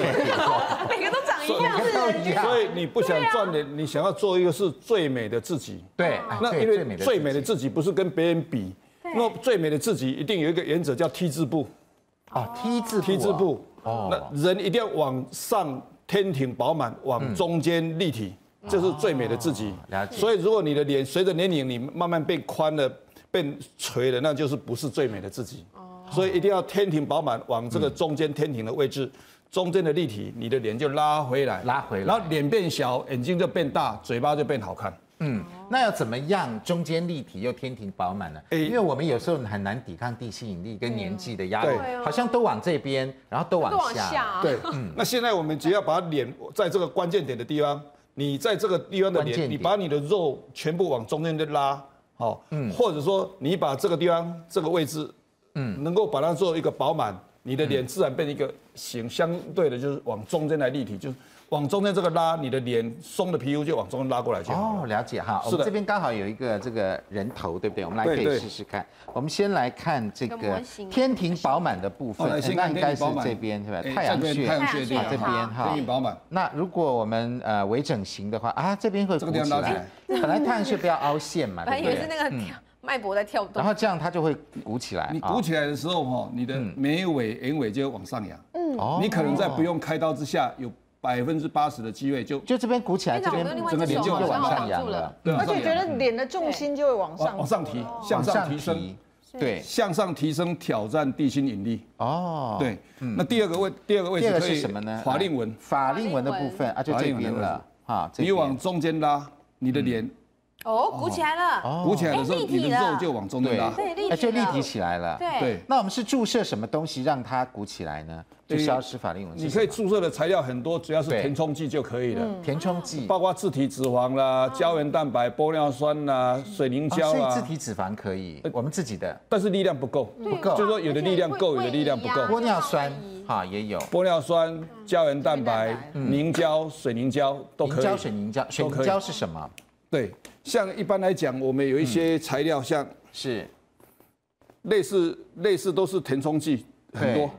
S6: 每个都长一样，
S2: 一样
S3: 所以你啊不想撞脸，你想要做一个是最美的自己。
S2: 对，啊
S3: 那
S2: 哎对
S3: 因为最美的
S2: 己
S3: 自己不是跟别人比，那最美的自己一定有一个原则叫 T 字步
S2: 哦，T 字
S3: ，T 字步，
S2: 哦
S3: 那人一定要往上天庭饱满，往中间立体，这是最美的自己。
S2: 嗯哦了解
S3: 所以如果你的脸随着年龄你慢慢变宽了、变垂了，那就是不是最美的自己。
S2: 哦
S3: 所以一定要天庭饱满，往这个中间天庭的位置。中间的立体，你的脸就拉回来，
S2: 拉回来
S3: 然后脸变小，眼睛就变大，嘴巴就变好看。
S2: 嗯，那要怎么样中间立体又天庭饱满呢？
S3: 哎
S2: 因为我们有时候很难抵抗地吸引力跟年纪的压力
S3: 嗯，
S2: 好像都往这边，然后都往
S5: 都往
S2: 下。
S1: 啊
S5: 下，
S3: 对，
S2: 嗯
S3: 那现在我们只要把脸在这个关键点的地方，你在这个地方的
S2: 关键点
S3: 脸，你把你的肉全部往中间的拉，好，
S2: 嗯
S3: 或者说你把这个地方这个位置，嗯，能够把它做一个饱满，你的
S2: 嗯
S3: 脸自然变成一个形，相对的就是往中间来立体，就是往中间这个拉，你的脸松的皮肤就往中间拉过来就
S2: 哦
S3: 好了。，
S2: 了解哈，我
S3: 是
S2: 们
S3: 的
S2: 这边刚好有一个这个人头，对不对？我们来可
S3: 对
S2: 以
S3: 对
S2: 试试看。我们先来看这
S1: 有
S2: 个
S1: 模型
S2: 天庭饱满的部分，
S3: 哦来先
S2: 那
S3: 看
S2: 应该是
S3: 天庭饱满
S2: 这边对吧？
S3: 哎
S2: 太阳
S3: 这边
S2: 穴，
S3: 太阳
S5: 穴
S2: 啊
S5: 地方
S2: 这边
S5: 好
S2: 哈
S3: 天庭饱满。
S2: 那如果我们呃微整形的话啊，这边会
S3: 这
S2: 鼓
S3: 个
S2: 起
S3: 地方拉起
S2: 来
S3: 来，
S2: 本来太阳穴不要凹陷嘛，
S1: 本来
S2: 对
S1: 以
S2: 不
S1: 为是
S2: 对？
S1: 那个跳脉搏在跳动
S2: 然。后这样它就会鼓起来，
S3: 你
S2: 啊
S3: 鼓起来的时候哈，你的
S2: 嗯
S3: 眉尾、眼尾就会往上扬，
S2: 哦
S3: 你可能在不用开刀之下，有百分之八十的机会就
S2: 就这边鼓起来，这
S5: 院长我们用另
S2: 边
S5: 外
S2: 整个
S3: 一只
S2: 脸就
S3: 手
S2: 往
S3: 好像
S2: 上
S5: 挡
S2: 扬
S5: 住
S2: 了
S5: 了，
S3: 对啊
S6: 而且觉得
S3: 往上扬
S6: 脸的重心就会往上
S3: 往往上提，向
S2: 往
S3: 上
S2: 上
S3: 提升
S2: 提，，对，
S3: 向上提升，挑战地心引力。
S2: 哦，
S3: 对，那第二个位，第二个位
S2: 第
S3: 置
S2: 二个
S3: 可
S2: 是
S3: 以
S2: 什么呢？啊
S3: 法令纹，
S2: 法令纹的部分啊，就
S3: 法
S2: 这
S3: 令纹的
S2: 边了啊，这
S3: 你
S2: 边
S3: 往中间拉，你的脸
S1: 哦，鼓起来了，
S2: 哦
S3: 鼓起来的时候，
S1: 哎立体
S3: 你的
S1: 了
S3: 肉就往中间拉。
S1: 对立体
S2: 哎就立
S1: 了
S2: 体起来了。
S1: 对
S3: 对，
S2: 那我们是注射什么东西让它鼓起来呢？就
S3: 对
S2: 消失法令纹是
S3: 你
S2: 什么，
S3: 可以注射的材料很多，只要是
S2: 对
S3: 填充剂就可以了。
S1: 嗯
S2: 填充剂，
S3: 包括自体脂肪啦、胶原蛋白、玻尿酸啦、水凝
S2: 哦
S3: 胶
S2: 所以自
S3: 啊，
S2: 体脂肪可以，我们自己的
S3: 但是力量不够，
S1: 嗯
S2: 不够
S3: 就是，说有的力量够，有的力量不
S5: 会
S3: 够
S5: 会。
S2: 玻尿酸哈也有，
S3: 玻尿酸、胶原蛋白、嗯凝胶、水凝胶都可
S2: 凝
S3: 以。
S2: 胶水凝胶，水凝
S3: 可以
S2: 胶是嗯什么？
S3: 对，像一般来讲，我们有一些材料，像
S2: 是
S3: 类似类似都是填充剂很多。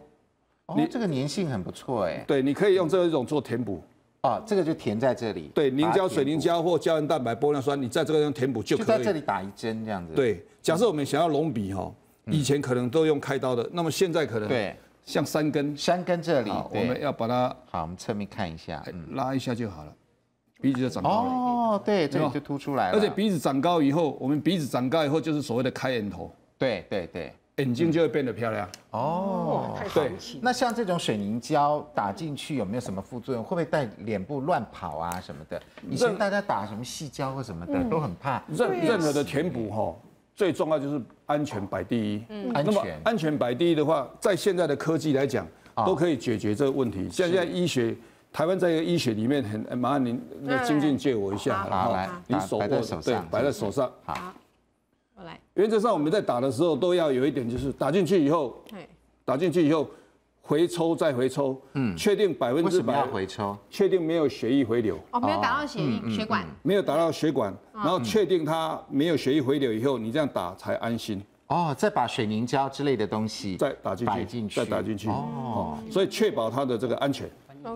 S2: 哦
S3: 你，
S2: 这个粘性很不错哎，
S3: 对，你可以用这一种做填补。
S2: 哦，这个就填在这里，
S3: 对，凝
S2: 把它
S3: 胶、
S2: 填
S3: 水凝
S2: 补
S3: 胶或胶原蛋白、玻尿酸，你在这个地方填补就
S2: 就在
S3: 可
S2: 这
S3: 以。
S2: 里打一针这样子，
S3: 对，假设我们想要隆鼻哈，以前可能都用开刀的，那么现在可能
S2: 对，
S3: 像三根，
S2: 山根这里，
S3: 好，我
S2: 对
S3: 们要把它
S2: 好，我们侧面看一下，
S3: 哎
S2: 嗯
S3: 拉一下就好了，鼻子就长高了。
S2: 哦，对，这
S3: 有
S2: 里
S3: 没有
S2: 就凸出来了，
S3: 而且鼻子长高以后，我们鼻子长高以后就是所谓的开眼头，
S2: 对对对，
S3: 眼睛就会变得漂亮。
S2: 哦，
S7: 太
S3: 对
S7: 神奇了。
S2: 那像这种水凝胶打进去有没有什么副作用？会不会在脸部乱跑啊什么的？以前大家打什么细胶或什么的都很怕，
S3: 任任何的填补哈，最重要就是安全摆第一。嗯，
S2: 安
S3: 那么
S2: 全啊
S3: 安全摆第一的话，在现在的科技来讲，都可以解决这个问题。像现在医学，台湾在一个医学里面很哎麻烦您，那金靖借我一下好了
S2: 好
S3: 哈
S2: 来
S3: 你
S2: 打
S3: 手
S2: 摆
S3: 握
S2: 在
S3: 着
S2: 手
S3: 对
S2: 上，
S3: 摆在手上。
S1: 我来，
S3: 原则上我们在打的时候都要有一点，就是打进去以后，
S1: 对，
S3: 打进去以后回抽再回抽，嗯，确定百分
S2: 为
S3: 之
S2: 什么
S3: 百
S2: 要，回抽？
S3: 确定没有血液回流。
S5: 哦，没有打到血
S2: 嗯
S5: 血管，
S3: 没有打到血管，
S2: 啊
S3: 然后确定它没有血液回流以后，你这样打才安心。
S2: 哦，再把水凝胶之类的东西
S3: 再打进去，
S2: 摆进去，
S3: 再打进去，
S2: 哦，
S3: 所以确保它的这个安全。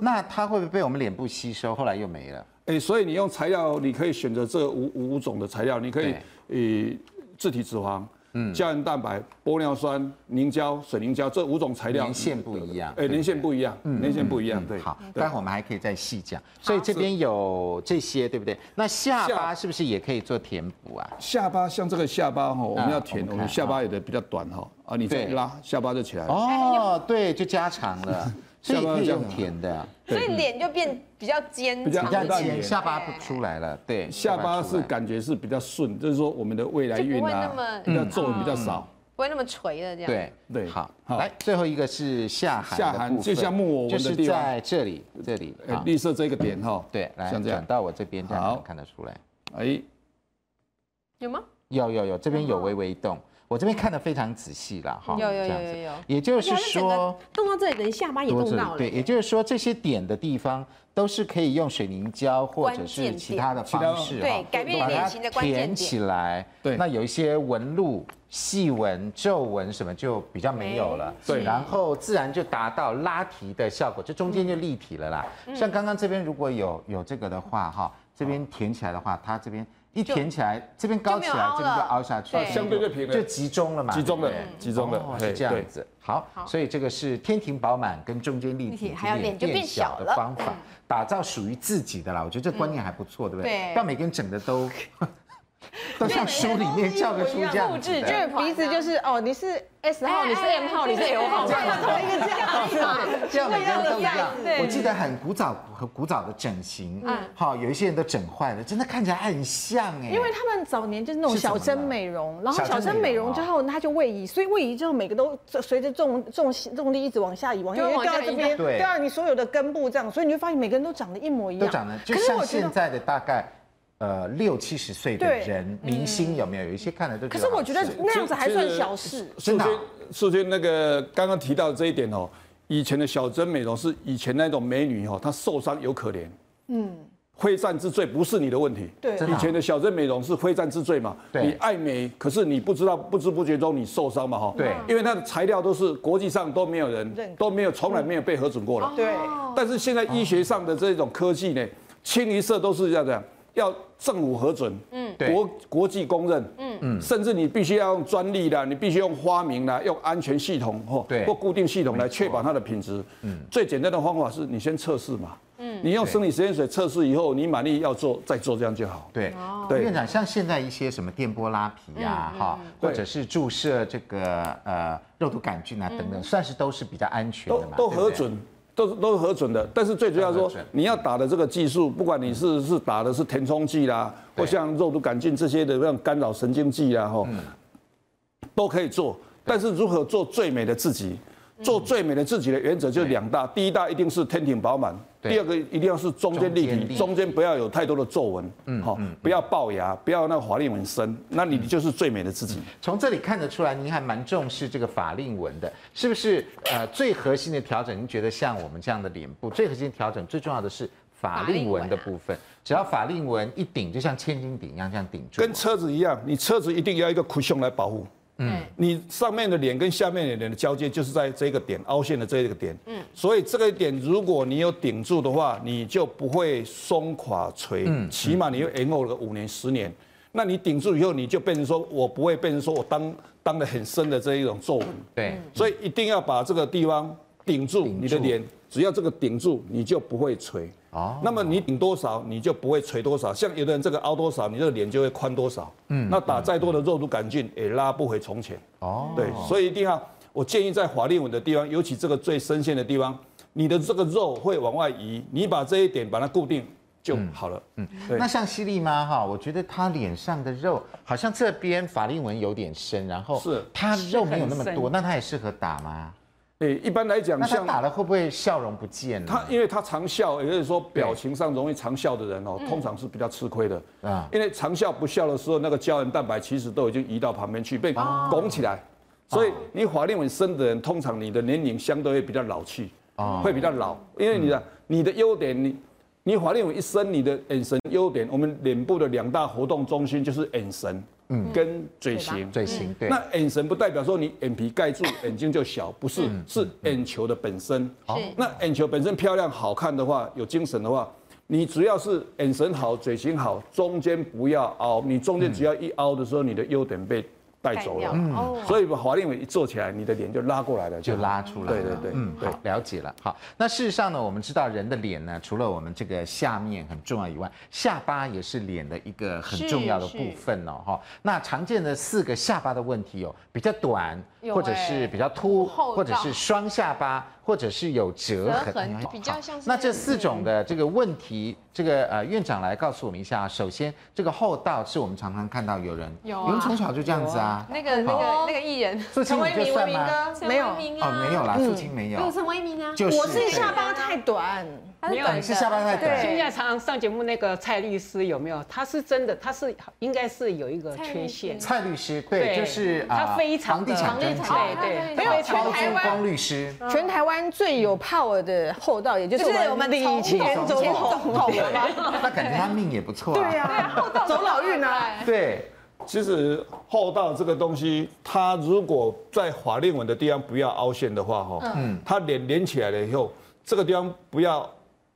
S2: 那它会不会被我们脸部吸收？后来又没了。
S3: 哎、所以你用材料，你可以选择这五五种的材料，你可以呃自体脂肪、
S2: 嗯
S3: 胶原蛋白、玻尿酸、凝胶、水凝胶这五种材料，
S2: 年限不一样
S3: 哎、
S2: 对不对
S3: 年限不一样，年限不一样，对。
S2: 好，
S3: 对
S2: 待会我们还可以再细讲。所以这边有这些，对不对？那下巴
S3: 下
S2: 是不是也可以做填补啊？
S3: 下巴像这个下巴哈，我们要填，
S2: 我们看
S3: 我们下巴有的比较短哈，啊，你再
S2: 啊对
S3: 拉下巴就起来了。
S2: 哦，对，就加长 了，所以也可以用填的，
S6: 所以脸就变比较尖，
S3: 比较
S2: 比
S6: 长
S2: 较
S6: 一
S3: 大一
S6: 点
S2: 尖，
S3: 点
S2: 下巴不出来了，对，
S3: 下巴
S2: 出
S3: 是
S2: 来
S3: 感觉是比较顺，就是说我们的未来运
S6: 就不会
S3: 啊
S6: 那么，嗯
S3: 比较皱比较少。
S6: 不会那么垂的这样。，
S2: 对
S3: 对
S2: 好，
S3: 好
S2: 来最后一个是下颌
S3: 下
S2: 的
S3: 颌
S2: 部分
S3: 就像木偶
S2: 就
S3: 纹的
S2: 是
S3: 地方
S2: 在这里这里
S3: 哎
S6: 嗯
S2: 啊，
S3: 绿色这个点哈，
S2: 对，来
S3: 像这
S2: 转
S3: 样，
S2: 到我这边，这样
S3: 好
S2: 能看得出来，
S3: 哎，
S5: 有吗？
S2: 有有有，这边有微微动，我这边看得非常仔细啦，哈，
S6: 有有
S2: 这
S6: 有
S2: 样子
S6: 有有
S2: 也就是
S5: 它啊整
S2: 说
S5: 个。动到这里，等于下巴也
S2: 多
S5: 动
S2: 这里
S5: 到了。
S2: 对，也就是说这些点的地方都是可以用水凝胶或者是其他的方式
S1: 关键
S2: 哈
S1: 点对改变
S2: 把它
S1: 脸型的关键点
S2: 填起来。
S3: 对
S2: 那有一些纹路、细纹、皱纹什么就比较没有了。
S3: 对
S2: 然后自然就达到拉提的效果，这中间就
S1: 嗯
S2: 立体了啦。像刚刚这边如果有有这个的话哈，这边填起来的话，它这边。一填起来，这边高起
S1: 就没有
S2: 来
S1: 凹，
S2: 这边就
S1: 了
S2: 凹下去
S1: 对，
S3: 相对就平了
S2: 就集中了嘛，
S3: 集中了
S2: 对不对
S3: 集中了
S2: 哦
S3: 嘿
S2: 是这
S3: 对
S2: 样子。好，所以这个是天庭饱满跟中间立
S1: 立
S2: 体
S1: 体，还有脸就变小
S2: 的
S1: 了
S2: 方法，
S6: 嗯
S2: 打造属于自己的啦。我觉得这观念还不错，对不对？
S1: 对
S2: 让每个人整的都 都像书里面教的书这样子
S6: 就是
S2: 的，
S6: 鼻子就是哦，你是 S 号，你是 M 号，你是 L 号，这样同 一个这样子嘛，
S2: 这样每个人都一样
S6: 样子对。嗯
S2: 我记得很古早很古早的整形，好，有一些人都整坏了，真的看起来很像哎。
S6: 因为他们早年就是那种
S2: 是怎么
S6: 小
S2: 了
S6: 针美容，然后
S2: 小
S6: 小
S2: 针
S6: 针
S2: 美
S6: 美
S2: 容
S6: 容之
S2: 哦
S6: 后，它就位移，所以位移之后，每个都随着重重重力一直往下移，往下
S5: 就
S6: 移
S5: 会
S6: 掉
S5: 往
S6: 到
S5: 下
S6: 这
S5: 移
S6: 边，
S2: 对
S6: 对啊，你所有的根部这样，所以你会发现每个人都长得一模一样，
S2: 都长得就
S6: 可是
S2: 像
S6: 我觉
S2: 现
S6: 得。
S2: 在的大概。呃，六七十岁的
S6: 对嗯
S2: 人，明星有没有？有一些看了都觉
S6: 可
S2: 得好吃。
S6: 是我觉得那样子还算小事，
S2: 真的啊
S3: 素娟那个刚刚提到这一点哦，以前的小针美容是以前那种美女哦，她受伤有可怜，嗯，非战之罪不是你的问题，
S6: 对
S2: 真的
S3: 以
S2: 啊
S3: 前的小针美容是非战之罪嘛，
S2: 对
S3: 你爱美，可是你不知道不知不觉中你受伤嘛哈，
S2: 对
S3: 因为它的材料都是国际上都没有
S6: 认
S3: 人
S6: 可哦
S3: 都没有从来没有被核准过了，
S6: 对，
S3: 但是现在医学上的这种科技呢，清一色都是要这样，要政府核准，嗯，
S2: 对
S3: 国国际公认，嗯嗯，甚至你必须要用专利啦，你必须用发明啦，用安全系统或
S2: 对
S3: 或固定系统来确保它的品质。嗯，最简单的方法是你先测试嘛，嗯，你用生理实验水测试以后，你满意要做再做，这样就好。
S2: 对，
S3: 对
S2: 院长，像现在一些什么电波拉皮啊，哈、或者
S3: 对
S2: 是注射这个呃肉毒杆菌啊等等，算是都是比较安全
S3: 都
S2: 的嘛，
S3: 都
S2: 对不
S3: 核
S2: 对
S3: 准，都是都是核准的。但是最主要
S2: 都核
S3: 说
S2: 准，嗯
S3: 你要打的这个技术，不管你是是打的是填充剂啦，
S2: 对嗯
S3: 或像肉毒杆菌这些的那种干扰神经剂啦，吼，都可以做。但是如何做最美的自己？
S2: 嗯
S3: 做最美的自己的原则就两大，第一大一定是天庭饱满，
S2: 对
S3: 第二个一定要是中间立
S2: 中间立
S3: 体，
S2: 体嗯
S3: 中间不要有太多的皱纹，好，不要龅牙，不要那个法令纹深，那你就是最美的自己。
S2: 从这里看得出来，您还蛮重视这个法令纹的，是不是？呃，最核心的调整，您觉得像我们这样的脸部，最核心的调整最重要的是法令纹啊的部分。只要法令纹一顶，就像千斤顶一样，这样顶住。
S3: 跟车子一样，你车子一定要一个 cushion 来保护。嗯，你上面的脸跟下面的脸的交接就是在这个点凹陷的这个点。嗯，所以这个点如果你有顶住的话，你就不会松垮垂，起码你要延后了五年十年。那你顶住以后，你就变成说我不会变成说我当当的很深的这一种皱纹。
S2: 对，
S3: 所以一定要把这个地方顶住
S2: 顶住
S3: 你的脸，只要这个顶住，你就不会垂。
S2: 哦
S3: 哦，那么你顶多少，你就不会垂多少。像有的人这个凹多少，你这个脸就会宽多少。嗯，那打再多的肉毒杆菌也拉不回从前。
S2: 哦，
S3: 对，所以一定要，我建议在法令纹的地方，尤其这个最深陷的地方，你的这个肉会往外移，你把这一点把它固定就好了。嗯，对
S2: 那。像犀利妈哈，我觉得她脸上的肉好像这边法令纹有点深，然后
S3: 是
S2: 她肉没有那么
S7: 是很
S2: 多，
S7: 深
S2: 那她也适合打吗？
S3: 诶，一般来讲，
S2: 那她
S3: 像
S2: 打了会不会笑容不见呢
S3: 他？因为他常笑，也就是说表情上容易常笑的人哦，通常是比较吃亏的
S2: 啊
S3: 啊。因为常笑不笑的时候，那个胶原蛋白其实都已经移到旁边去，被拱起来。所以你法令纹深的人，通常你的年龄相对会比较老气，会比较老，因为你的你的优点，你你法令纹一深，你的眼神优点，我们脸部的两大活动中心就是眼神，跟嘴型。
S2: 嘴型对，
S3: 那眼神不代表说你眼皮盖住眼睛就小，不是，
S2: 嗯
S3: 是眼球的本身。那眼球本身漂亮好看的话，有精神的话，你只要是眼神好、嘴型好，中间不要凹，你中
S2: 嗯
S3: 间只要一凹的时候，你的优点被带走了。嗯，所以把法令纹一做起来，你的脸就拉过来了，
S2: 就拉出来了
S3: 对对对，
S2: 嗯，
S3: 对
S2: 好，了解了。好，那事实上呢，我们知道人的脸呢，除了我们这个下面很重要以外，下巴也是脸的一个很重要的部分哦，哈。那常见的四个下巴的问题有比较短，
S5: 有
S2: 或者
S5: 哎
S2: 是比较凸，
S5: 厚
S2: 或者是双下巴，或者是有折痕，
S5: 折痕
S2: 哎呦
S5: 比较
S2: 好
S5: 像是嗯
S2: 那这四种的这个问题，这个呃院长来告诉我们一下。首先，这个厚道是我们常常看到有人，
S5: 有啊
S2: 你们从小就这样子啊，
S5: 那个那
S2: 好
S5: 个那个艺人，
S2: 苏青你就算吗？
S5: 陈
S6: 没有
S5: 为民啊，
S2: 哦，没有啦，父亲没有
S5: 有，陈为民啊，
S2: 就是
S6: 我是
S2: 对
S6: 下巴太短，
S1: 它是
S7: 没有
S1: 短的，
S2: 是下半身
S3: 哎
S1: 对
S7: 现在常常上节目那个蔡律师有没有？他是真的，他是应该是有一个缺陷。
S2: 蔡律师，对，就是
S7: 嗯
S2: 啊
S7: 他非常
S2: 房
S7: 的
S2: 地产专家，啊
S7: 对对，
S6: 没有
S7: 非
S2: 包
S7: 常
S2: 租公律师，
S6: 全台湾最有 power 的后道，也就是
S1: 就是我
S6: 我
S1: 们
S6: 们李前总
S1: 总
S6: 统，
S1: 统
S6: 啊好吗？
S2: 那感觉他命也不错啊。对呀，
S6: 走老运啊！
S2: 对，
S3: 其实厚道这个东西，它如果在法令纹的地方不要凹陷的话，哈，嗯，它连连起来了以后，这个地方不要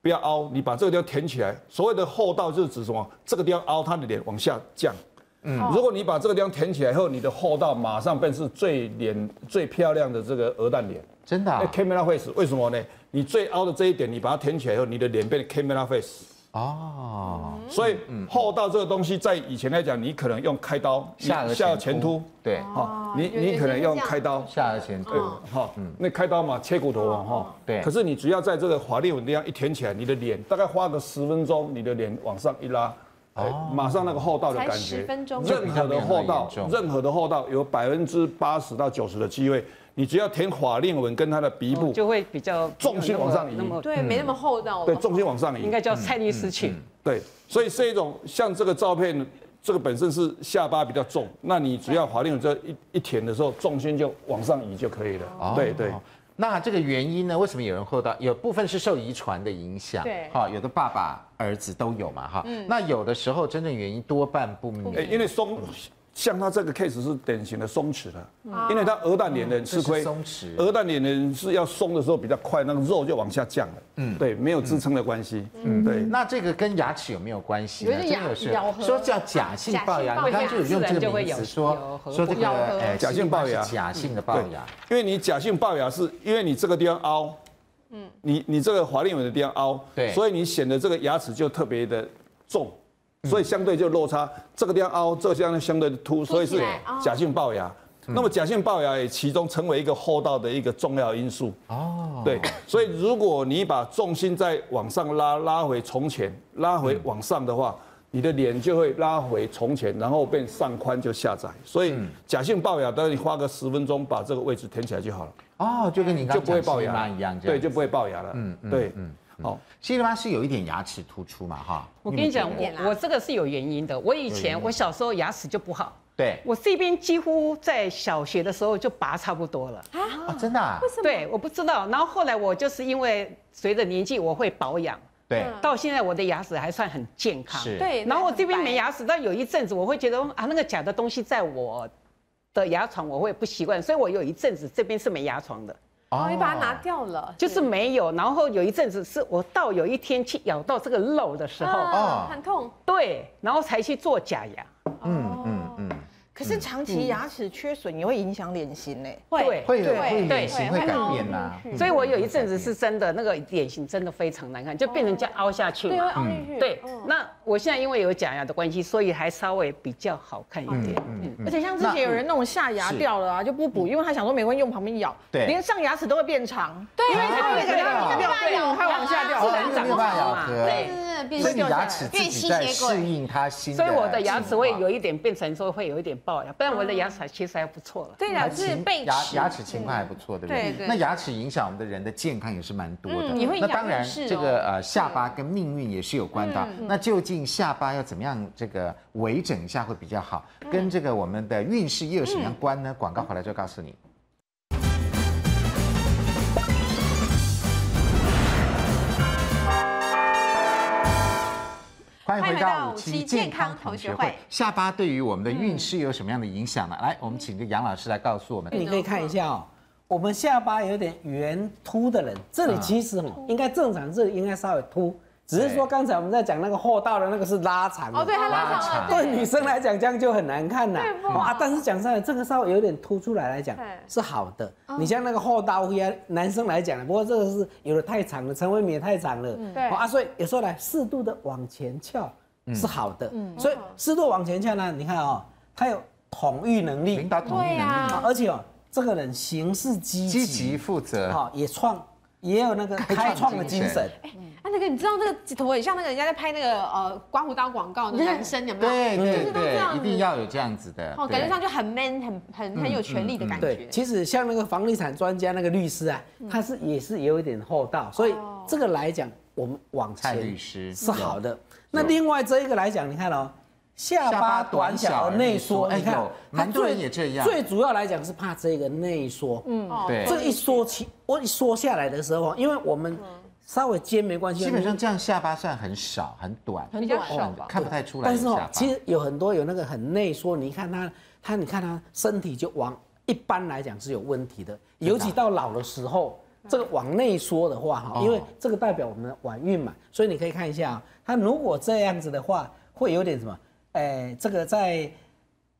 S3: 不要凹，你把这个地方填起来。所谓的厚道就是指什么？这个地方凹，它的脸往下降。嗯，如果你把这个地方填起来以后，你的厚道马上便是最脸最漂亮的这个鹅蛋脸。
S2: 真的啊
S3: 那 camera face 为什么呢？你最凹的这一点，你把它填起来以后，你的脸变 camera face。
S2: 哦，
S3: 所以厚道这个东西，在以前来讲，你可能用开刀
S2: 下颚
S3: 下前凸，
S2: 对，
S3: 好，你你可能用开刀，
S2: 下颚前
S3: 对
S2: 凸，，
S3: 好，那开刀嘛，切骨头嘛，哈，
S2: 对
S3: 可是你只要在这个华丽纹地方一填起来，你的脸大概花个十分钟，你的脸往上一拉。哎，马上那个厚道的感
S1: 才
S3: 觉，
S1: 10分钟
S3: 任何的厚道
S2: 哦就比较没有那么严重，
S3: 任何的厚道有百分之八十到九十的机会，你只要填法令纹跟他的鼻部，
S7: 哦就会比较
S3: 重心往上移
S7: 那么
S5: 对，
S2: 嗯
S5: 没那么厚道。
S3: 对，重心往上移
S7: 应，该叫蔡律师去。
S3: 对，所以是一种像这个照片，这个本身是下巴比较重，那你只要法令纹这一一填的时候，重心就往上移就可以了。
S2: 哦
S3: 对对。
S2: 那这个原因呢？为什么有人厚道？有部分是受遗传的影响，
S6: 对
S2: 哈，有的爸爸、儿子都有嘛，哈。那有的时候真正原因多半不明。
S3: 哎，因为松，像他这个 case 是典型的松弛的，因为他鹅蛋脸的人
S2: 嗯
S3: 吃
S2: 这是
S3: 亏，
S2: 松弛
S3: 鹅蛋脸的人是要松的时候比较快，那个肉就往下降了。嗯，对，没有支撑的关系。嗯，对。
S2: 那这个跟牙齿有没有关系呢？
S6: 有一些
S2: 真的有是
S6: 咬咬合
S2: 说叫假性龅牙，你
S7: 假性龅牙
S2: 刚刚就有用这个名词
S7: 自然就会有
S2: 说
S7: 合
S2: 说这个
S6: 咬合
S2: 哎
S3: 假性龅牙嗯
S2: 是假性的龅牙，
S3: 因为你假性龅牙是因为你这个地方凹，嗯，你你这个华丽纹的地方凹，
S2: 对
S3: 所以你显得这个牙齿就特别的重，所以相对就落差，这个地方凹，这个地方相对的凸，哦所以是假性龅牙。那么假性龅牙也其中成为一个厚道的一个重要因素哦，对，所以如果你把重心再往上拉，拉回从前，拉回往上的话，你的脸就会拉回从前，然后变上宽就下窄。所以假性龅牙，当然你花个十分钟把这个位置填起来就好了，
S2: 哦，就跟你刚
S3: 就
S2: 刚
S3: 不会
S2: 讲
S3: 龅
S2: 西
S3: 牙
S2: 妈一样，这
S3: 对，
S2: 样
S3: 就不会龅牙了。嗯，对，嗯，好，
S2: 西妈是有一点牙齿突出嘛，哈。
S7: 我跟你讲，
S2: 们觉得
S7: 我我这个是有原因的。我以前我小时候牙齿就不好，
S2: 对，
S7: 我这边几乎在小学的时候就拔差不多了。
S2: 哦，真的啊，
S7: 对，我不知道。然后后来我就是因为随着年纪，我会保养，
S2: 对，
S7: 到现在我的牙齿还算很健康。
S2: 是
S5: 对，
S7: 然后我这边没牙齿，但有一阵子我会觉得啊，那个假的东西在我的牙床，我会不习惯，所以我有一阵子这边是没牙床的，
S5: 哦，你把它拿掉了，
S7: 就是没有。然后有一阵子是我到有一天去咬到这个肉的时候，
S5: 啊
S2: 哦
S5: 很痛。
S7: 对，然后才去做假牙。
S2: 嗯
S7: 哦
S2: 嗯嗯，
S6: 可是长期牙齿缺损也会影响脸型呢。
S7: 对，
S2: 会的，
S6: 对
S2: 会
S7: 对
S2: 脸型会
S5: 会
S2: 改
S5: 凹
S2: 变
S5: 进
S2: 呐。
S5: 去
S2: 嗯
S7: 所以我有一阵子是真的那个脸型真的非常难看，就变成这样凹下去
S5: 哦对，会
S7: 嘛。
S5: 凹进去。
S7: 对
S5: 嗯，
S7: 那我现在因为有假牙的关系，所以还稍微比较好看一点。嗯，
S6: 而且像之前有人那种下牙掉了啊，就不补，因为他想说没关系，用旁边咬，
S2: 对
S6: 连上牙齿都会变长，对，因为它会
S2: 对啊
S6: 掉，对，它往下掉，
S2: 自然长不好嘛
S5: 对对对，
S2: 所以你
S5: 变
S2: 牙齿自
S5: 变
S2: 己
S5: 吸
S2: 在
S5: 血
S2: 适
S5: 鬼。
S2: 应它新
S7: 所以我的牙齿会
S2: 进化
S7: 有一点变成说会有一点龅牙，不然我的牙齿其实还不错了。
S5: 对
S2: 牙
S5: 了，是被
S2: 牙
S5: 齿
S2: 牙齿情况还不错，对不对？
S5: 对对
S2: 那牙齿影响我们的人的健康也是蛮多的。
S5: 嗯也会影
S2: 那
S5: 响
S2: 当然
S5: 运势，哦
S2: 这个呃下巴跟命运也是有关的啊。那究竟下巴要怎么样这个微整一下会比较好？跟这个我们的运势又有什么样关呢？广告回来就告诉你。欢迎回到五期健康同学会。下巴对于我们的运势有什么样的影响呢？来，我们请这杨老师来告诉我们。
S4: 你可以
S5: 嗯
S4: 看一下哦，我们下巴有点圆凸的人，这里其实哦应该正常，这里应该稍微凸，只是说刚才我们在讲那个厚道的那个是拉长的
S5: 哦，对，它拉长了。
S4: 对女生来讲，这样就很难看呐、哇，但是讲上来，这个稍微有点凸出来来讲
S5: 对哦
S4: 是好的。你像那个后刀呀，男生来讲，不过这个是有的太长了，陈伟敏也太长了。
S5: 嗯对
S4: 哦啊，所以有时候来适度的往前翘是好的。
S5: 嗯
S4: 所以适度往前翘呢，你看哦，他有统御能力
S2: 领，导统一能力
S5: 对
S4: 啊
S5: 啊
S4: 而且哦，这个人行事积
S2: 积
S4: 极，
S2: 极负责。
S4: 哦，也创也有那个开创的精
S2: 开创
S4: 神
S2: 精。
S5: 啊，那个你知道那个头很像那个人家在拍那个呃刮胡刀广告的男生有没有？
S2: 对对
S5: 就是都这样
S2: 对，
S5: 子
S2: 一定要有这样子的。
S5: 哦，感觉
S2: 对
S5: 上就很 man，很很
S2: 嗯
S5: 很有权力的感
S4: 对
S5: 觉，。嗯
S4: 其实
S5: 哦
S4: 像那个房地产专家那个律师啊，他是也是有一点厚道，所以这个来讲我们往
S2: 蔡律
S4: 前
S2: 师
S4: 是好的。那另外这一个来讲，你看哦，下
S2: 下巴
S4: 巴短
S2: 短
S4: 小
S2: 小
S4: 而
S2: 而
S4: 内
S2: 内缩
S4: 缩，
S2: 哎
S4: 你看
S2: 有，蛮多人也这样
S4: 最主要来讲是怕这个内缩，嗯，
S2: 对，
S4: 这一缩起，我一缩下来的时候，因为我们
S5: 嗯
S4: 稍微尖没关系，
S2: 基本上这样下巴算很少很短，
S5: 比较少吧。
S2: 看不太出来
S4: 但
S2: 有
S4: 是
S2: 下
S4: 哦
S2: 巴。，
S4: 其实有很多有那个很内缩，你看他，他你看他身体就往一般来讲是有问题的，
S2: 啊
S4: 尤其到老的时候，这个往内缩的话哈，
S2: 哦
S4: 因为这个代表我们的晚运嘛，所以你可以看一下啊，他如果这样子的话，会有点什么？哎，这个在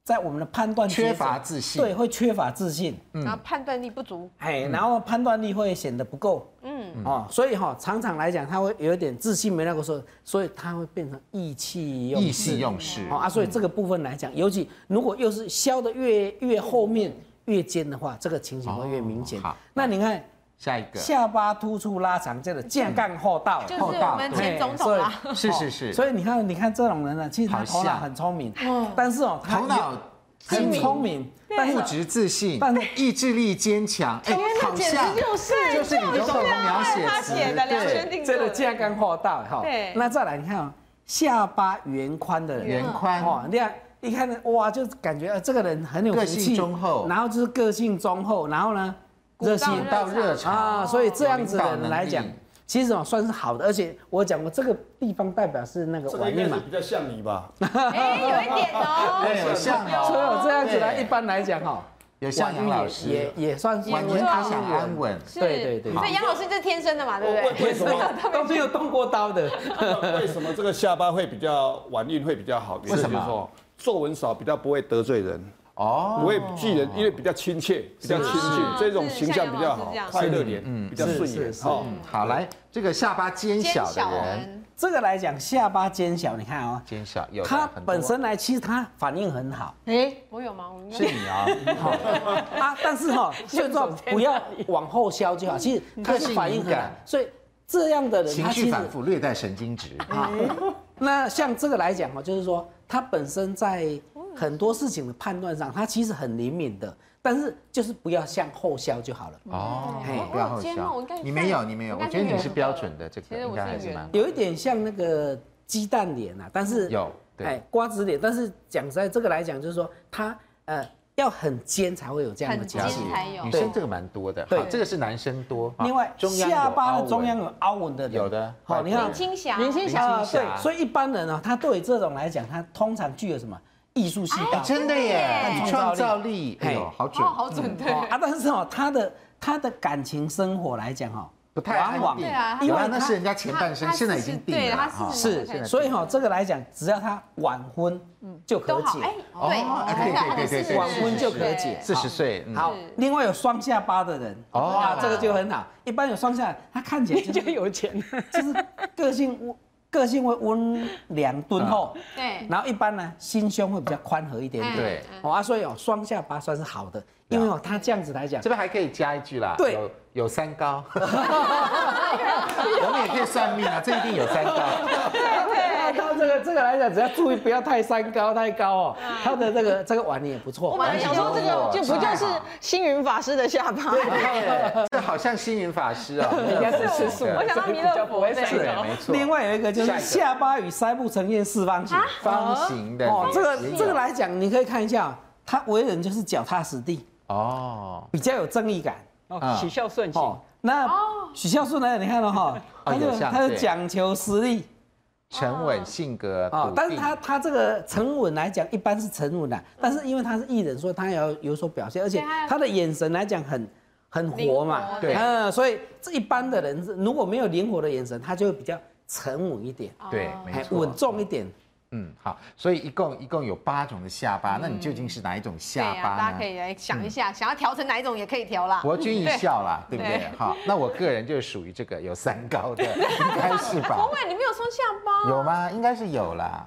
S4: 在我们的判断
S2: 缺乏
S4: 阶层
S2: 自信嗯
S4: 对，会缺乏自信。
S5: 然后判断力不足，
S4: 哎，然后判断力会显得不够，嗯，哦，所以哈、常常来讲，他会有一点自信没那个时候，所以他会变成意气用事
S2: 意气用事
S4: 哦啊，所以这个部分来讲，尤其如果又是削的越越后面越尖的话，这个情形会越明显。
S2: 哦好
S4: 那你看
S2: 下一个
S4: 下巴突出拉长，这个架杠后倒，
S5: 就是
S2: 厚
S5: 我
S2: 道
S5: 们
S2: 哦对
S5: 前总统啊，
S4: 哎
S2: 是
S4: 所
S2: 是
S4: 以
S2: 是
S4: 哦所以你看，你看这种人呢，其实他
S2: 好
S4: 头脑
S2: 像
S4: 很聪明，
S5: 嗯
S4: 但是哦，他
S2: 头脑
S4: 很聪明，但是
S2: 固执自信
S4: 但是，
S2: 意志力坚强，哎，好像
S6: 就是
S2: 就是你的手工
S5: 啊
S2: 描写
S6: 他
S2: 词
S6: 写的量身
S2: 对，
S6: 定做
S4: 这
S6: 的
S4: 个架杆厚道哈。
S6: 对
S4: 那再来你看啊，下巴圆宽的人，
S2: 圆宽
S4: 哦，你看一看呢，哇，就感觉呃这个人很有
S2: 个
S4: 福
S2: 性
S4: 气，
S2: 忠厚
S4: 然后就是个性忠厚，然后呢，热心
S2: 古道热肠
S4: 啊，所以这样子的
S2: 有领导能力
S4: 人来讲。其实哦算是好的，而且我讲过这个地方代表是那个
S3: 这个
S4: 晚
S3: 应该
S4: 运
S3: 是
S4: 嘛，
S3: 比较像你吧？
S5: 哎，有一点哦，
S2: 对，有像
S4: 所以
S2: 哦，
S4: 我这样子呢，
S2: 对
S4: 一般来讲哈，
S2: 有像杨老师，
S4: 也也也算是
S2: 晚年他想安稳，
S5: 是
S4: 对对对
S5: 所以杨老师这是天生的嘛，对
S2: 哦
S5: 不对？
S3: 为为什么
S4: 都没有动过刀的，
S3: 为什么这个下巴会比较晚运会比较好？原因
S2: 为什么
S3: 就是说皱纹少比较不会得罪人，
S2: 哦，
S3: 不会拒人，因为比较亲切，比较亲近，这种形象比较好
S5: 哦是像杨老师这样，
S3: 快乐脸，
S2: 嗯
S3: 比较顺眼
S4: 是。是
S3: 哦，
S2: 好来，这个下巴尖
S5: 尖
S2: 小的
S5: 小
S2: 人，
S5: 人，
S4: 这个来讲下巴尖小，你看啊、
S2: 尖小有的
S4: 他
S2: 很多
S4: 本身来，其实他反应很好
S5: 哎，我有吗？我应该
S2: 是你 啊，
S4: 啊，但 是哈、最重要不要往后削就好。其实他是反应
S2: 个性
S4: 很
S2: 敏
S4: 好
S2: 感，
S4: 所以这样的人
S2: 情
S4: 他其
S2: 绪
S4: 实
S2: 反复，略带神经质，
S4: 啊，那像这个来讲哈，哦就是说他本身在很多事情的判断上，他其实很灵敏的，但是就是不要向后削就好了。
S2: 哦
S4: 哎
S2: 不要
S5: 我有
S2: 后
S5: 尖吗我应该
S2: 笑，
S5: 算
S2: 你没有，你没有，
S5: 我
S2: 我
S5: 应该
S2: 觉得你
S5: 是
S2: 是
S5: 圆的
S2: 标准的，这
S5: 其
S2: 个
S5: 实我
S2: 应该
S5: 是
S2: 还是
S5: 圆
S2: 蛮
S5: 的
S4: 有一点像那个鸡蛋脸啊，但是
S2: 有对
S4: 哎瓜子脸，但是讲实在这个来讲，就是说它呃要很尖才会有这样的
S5: 很
S4: 角
S5: 尖
S4: 色。
S5: 才有
S2: 女生这个蛮多的，
S4: 对
S2: 好，这个是男生多，好
S4: 另外，
S2: 啊中央有
S4: 下巴
S2: 凹
S4: 的
S2: 纹
S4: 中央有凹纹的人，
S2: 有的
S4: 好，你看
S2: 林
S5: 清霞，
S7: 林青霞
S4: 啊，
S2: 霞
S4: 对，所以一般人啊，他对于这种来讲，他通常具有什么艺术细
S2: 哎
S4: 胞，
S2: 真的耶，
S4: 对
S2: 创造力，哎呦，
S4: 嘿
S2: 好准
S5: 哦，，好准对，
S4: 哦啊，但是哦，他的他的感情生活来讲哦，
S2: 不太安
S4: 往往
S2: 定，
S5: 对啊
S4: 因
S2: 因
S4: 为
S2: 为
S4: 他
S2: 那是人家前半生，
S5: 他他
S2: 现在已经定
S5: 40对
S2: 了啦，
S5: 他40
S2: 现在
S4: 是，
S2: 定
S4: 所以哈，这个来讲，只要他晚婚，就可
S5: 都好，
S4: 解。
S5: 哎，
S2: 哦哎
S5: 对，
S2: 对对对对
S4: 晚婚就可
S5: 以。
S4: 解。
S2: 四十岁，嗯
S4: 好，另外有双下巴的人，
S2: 哦
S4: 啊，这个就很好。一般有双下，他看起来就
S7: 就是 有钱。
S4: 就是个性温，个性会温良敦
S2: 啊
S4: 厚，
S2: 嗯
S5: 对
S4: 然后一般呢，心胸会比较宽和一点点。
S2: 对
S4: 哦啊，所以哦，双下巴算是好的，因为哦，他这样子来讲
S2: 这，边还可以加一句啦，
S4: 对
S2: 有有三高， 我们也可以算命啊，这一定有三高，
S4: 到哎这个这个来讲，只要注意不要太三高太高哦，他的这个这个碗也不错。
S6: 我本来想说这个就不就是星云法师的下巴，
S2: 对这好像星云法师哦，应
S7: 该是吃素
S6: 我想 到弥勒佛对
S2: 对，没错，
S4: 另外有一个就
S2: 下
S4: 是
S2: 一个
S4: 下巴与腮部呈现四方形。
S2: 方形的
S4: 哦，这
S2: 也
S4: 个
S2: 有
S4: 这个来讲，你可以看一下哦，他为人就是脚踏实地，
S2: 哦，
S4: 比较有正义感。
S2: 啊
S7: 哦，喜笑顺
S4: 哦
S7: 行，，
S4: 那许孝顺呢？你看了哈，他就
S2: 哦有像
S4: 他就
S2: 对
S4: 讲求实力
S2: 沉稳性格
S4: 啊，
S2: 笃
S4: 但是
S2: 定
S4: 他他这个沉稳来讲，一般是沉
S2: 嗯
S4: 稳的，但是因为他是艺人，所以他也要有所表现，
S2: 啊
S4: 而且
S5: 对他
S4: 他的眼神来讲很很活
S5: 灵
S4: 嘛，
S5: 活
S2: 对
S4: 嗯，所以这一般的人是如果没有灵活的眼神，他就会比较沉稳一点，
S2: 对，哦没
S4: 还
S2: 错，
S4: 稳重一点。
S2: 嗯，好，所以一共一共有八种的下巴，那你究竟是哪一种
S5: 嗯对
S2: 下
S5: 呀，大家
S2: 巴
S5: 可
S2: 呢？
S5: 以来想一下，想要调成哪一种也可以调啦。
S2: 博君一笑啦，对不对
S5: 对？
S2: 好，那我个人就是属于这个有三高的，应该是吧
S5: 不？会，啊你没有双下巴，
S2: 有吗？应该是有啦。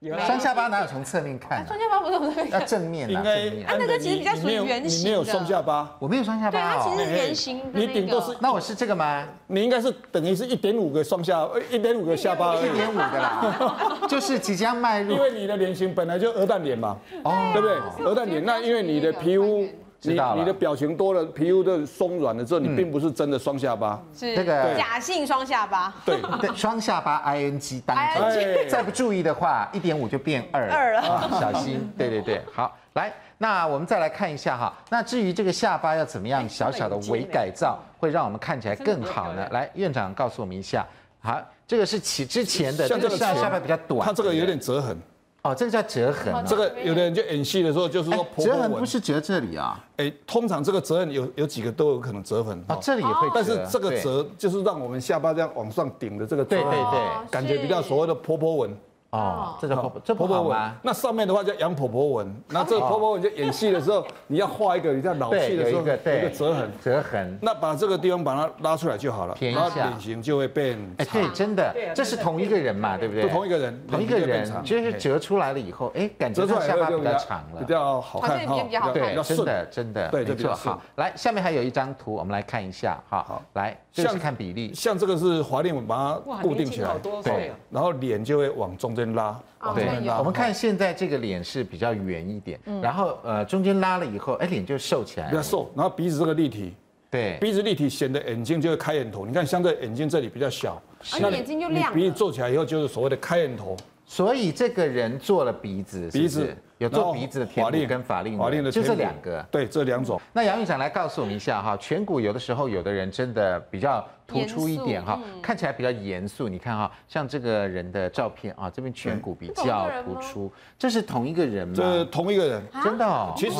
S7: 有
S2: 双下巴哪有从侧面看啊
S5: 双？下巴不是我这边
S2: 要正面
S3: 应
S2: 啊，
S3: 该
S2: 正面啊。
S5: 啊那个其实比较
S3: 你你没有
S5: 属于圆形的
S3: 你没有双下巴，哎
S2: 我没有双下
S5: 对，
S2: 巴
S5: 它其实
S2: 哦。
S5: 是圆形的
S3: 你顶多是
S2: 那我是这个吗？
S3: 你应该是等于是一点五个双下，呃一点五个下巴而哎
S2: 一
S3: 已。
S2: 点五 的啦，就是即将迈入
S5: 嗯
S3: 因为你的脸型本来就鹅蛋脸嘛，
S2: 哦
S3: 对不对？鹅蛋脸，那因为你的皮肤
S2: 知
S3: 你
S2: 道了嗯
S3: 你的表情多了，皮肤的松软了之后，你并不是真的双下巴。
S5: 是
S2: 那个
S5: 假性双下巴，
S3: 对，
S2: 对，双下巴 ing 当中，
S3: ING
S2: 再不注意的话，一点五就变二
S6: 二了
S2: 啊小 心。对对对，好，来，那我们再来看一下哈。那至于这个下巴要怎么样小小的微改造，
S6: 嗯
S2: 会让我们看起来更好呢？来，院长告诉我们一下。好，这个是起之前的，这
S3: 像
S2: 个
S3: 这个
S2: 下
S3: 前
S2: 下巴比较短，
S3: 它这个有
S2: 对不
S3: 点折痕，
S2: 对哦，这个叫折痕啊。
S3: 这个有的人就演戏的时候就是
S2: 哎
S3: 说婆
S2: 折
S3: 婆
S2: 痕不
S3: 纹。
S2: 是折这里啊，
S3: 哎，通常这个折痕有有几个都有可能折痕
S2: 啊，这里也会折，
S3: 哦但是这个
S2: 对
S3: 折就是让我们下巴这样往上顶的这个折
S2: 对
S3: 痕，
S2: 对对，
S3: 感觉比较所谓的婆婆纹。
S2: 哦，这叫婆婆，这不
S3: 婆
S2: 好
S3: 婆
S2: 吗
S3: 纹？，那上面的话叫杨婆婆纹，那这个婆婆纹就演戏的时候，你要画一个，你在老
S2: 对，
S3: 戏的时
S2: 有
S3: 候
S2: 一个
S3: 有一
S2: 对
S3: 个折痕，
S2: 折痕。
S3: 那把这个地方把它拉出来就好了，
S2: 偏一
S3: 然
S2: 下
S3: 后脸型就会变
S2: 哎，
S3: 长
S2: 对，。真的，这是同一个人嘛，对不对？
S3: 就同一个人
S2: 同一个
S3: 脸
S2: 人
S3: 就变，长
S2: 就是折出来了以后，哎，感觉
S3: 折出
S2: 到
S3: 来
S2: 下
S3: 以
S2: 巴
S3: 后就
S2: 比较
S3: 比较
S2: 长了，
S3: 比较好
S5: 好像
S3: 看
S5: 也
S3: 哈，
S5: 比较好看
S3: 比较
S2: 对，真
S3: 顺
S2: 的真的，
S3: 对
S2: 没
S3: 就比较
S2: 错。
S3: 顺
S2: 好，来，下面还有一张图，我们来看一下哈
S3: 好。
S2: 来，这个是看比例，
S3: 像这个是华丽，我们把它固定起来，
S2: 对
S3: 然后脸就会往中间拉，
S2: 啊哦
S3: 往中
S2: 对
S3: 间拉。，
S2: 我们看现在这个脸是比较圆一点，然后呃中间拉了以后，哎，脸就瘦起来
S3: 比较
S2: 了，
S3: 瘦，然后鼻子这个立体，
S2: 对，
S3: 鼻子立体显得眼睛就会开眼头。你看，像这眼睛这里比较小，
S5: 而且眼睛就
S3: 你
S5: 亮
S3: 鼻
S5: 了
S3: 子。做起来以后就是所谓的开眼头。
S2: 所以这个人做了鼻子，是不
S3: 鼻
S2: 是
S3: 子
S2: 有做鼻子的填
S3: 然
S2: 补
S3: 后
S2: 跟法令纹，
S3: 法令的
S2: 就这
S3: 填补
S2: 两个，
S3: 对，这两种。
S2: 那杨院长来告诉我们一下哈，颧骨有的时候有的人真的比较突出一点哈，看起来比较严肃。你看哈，像这个人的照片啊，这边颧骨比较突出，这是同一个人吗？
S3: 这同一个人，
S2: 真的哦，
S3: 其实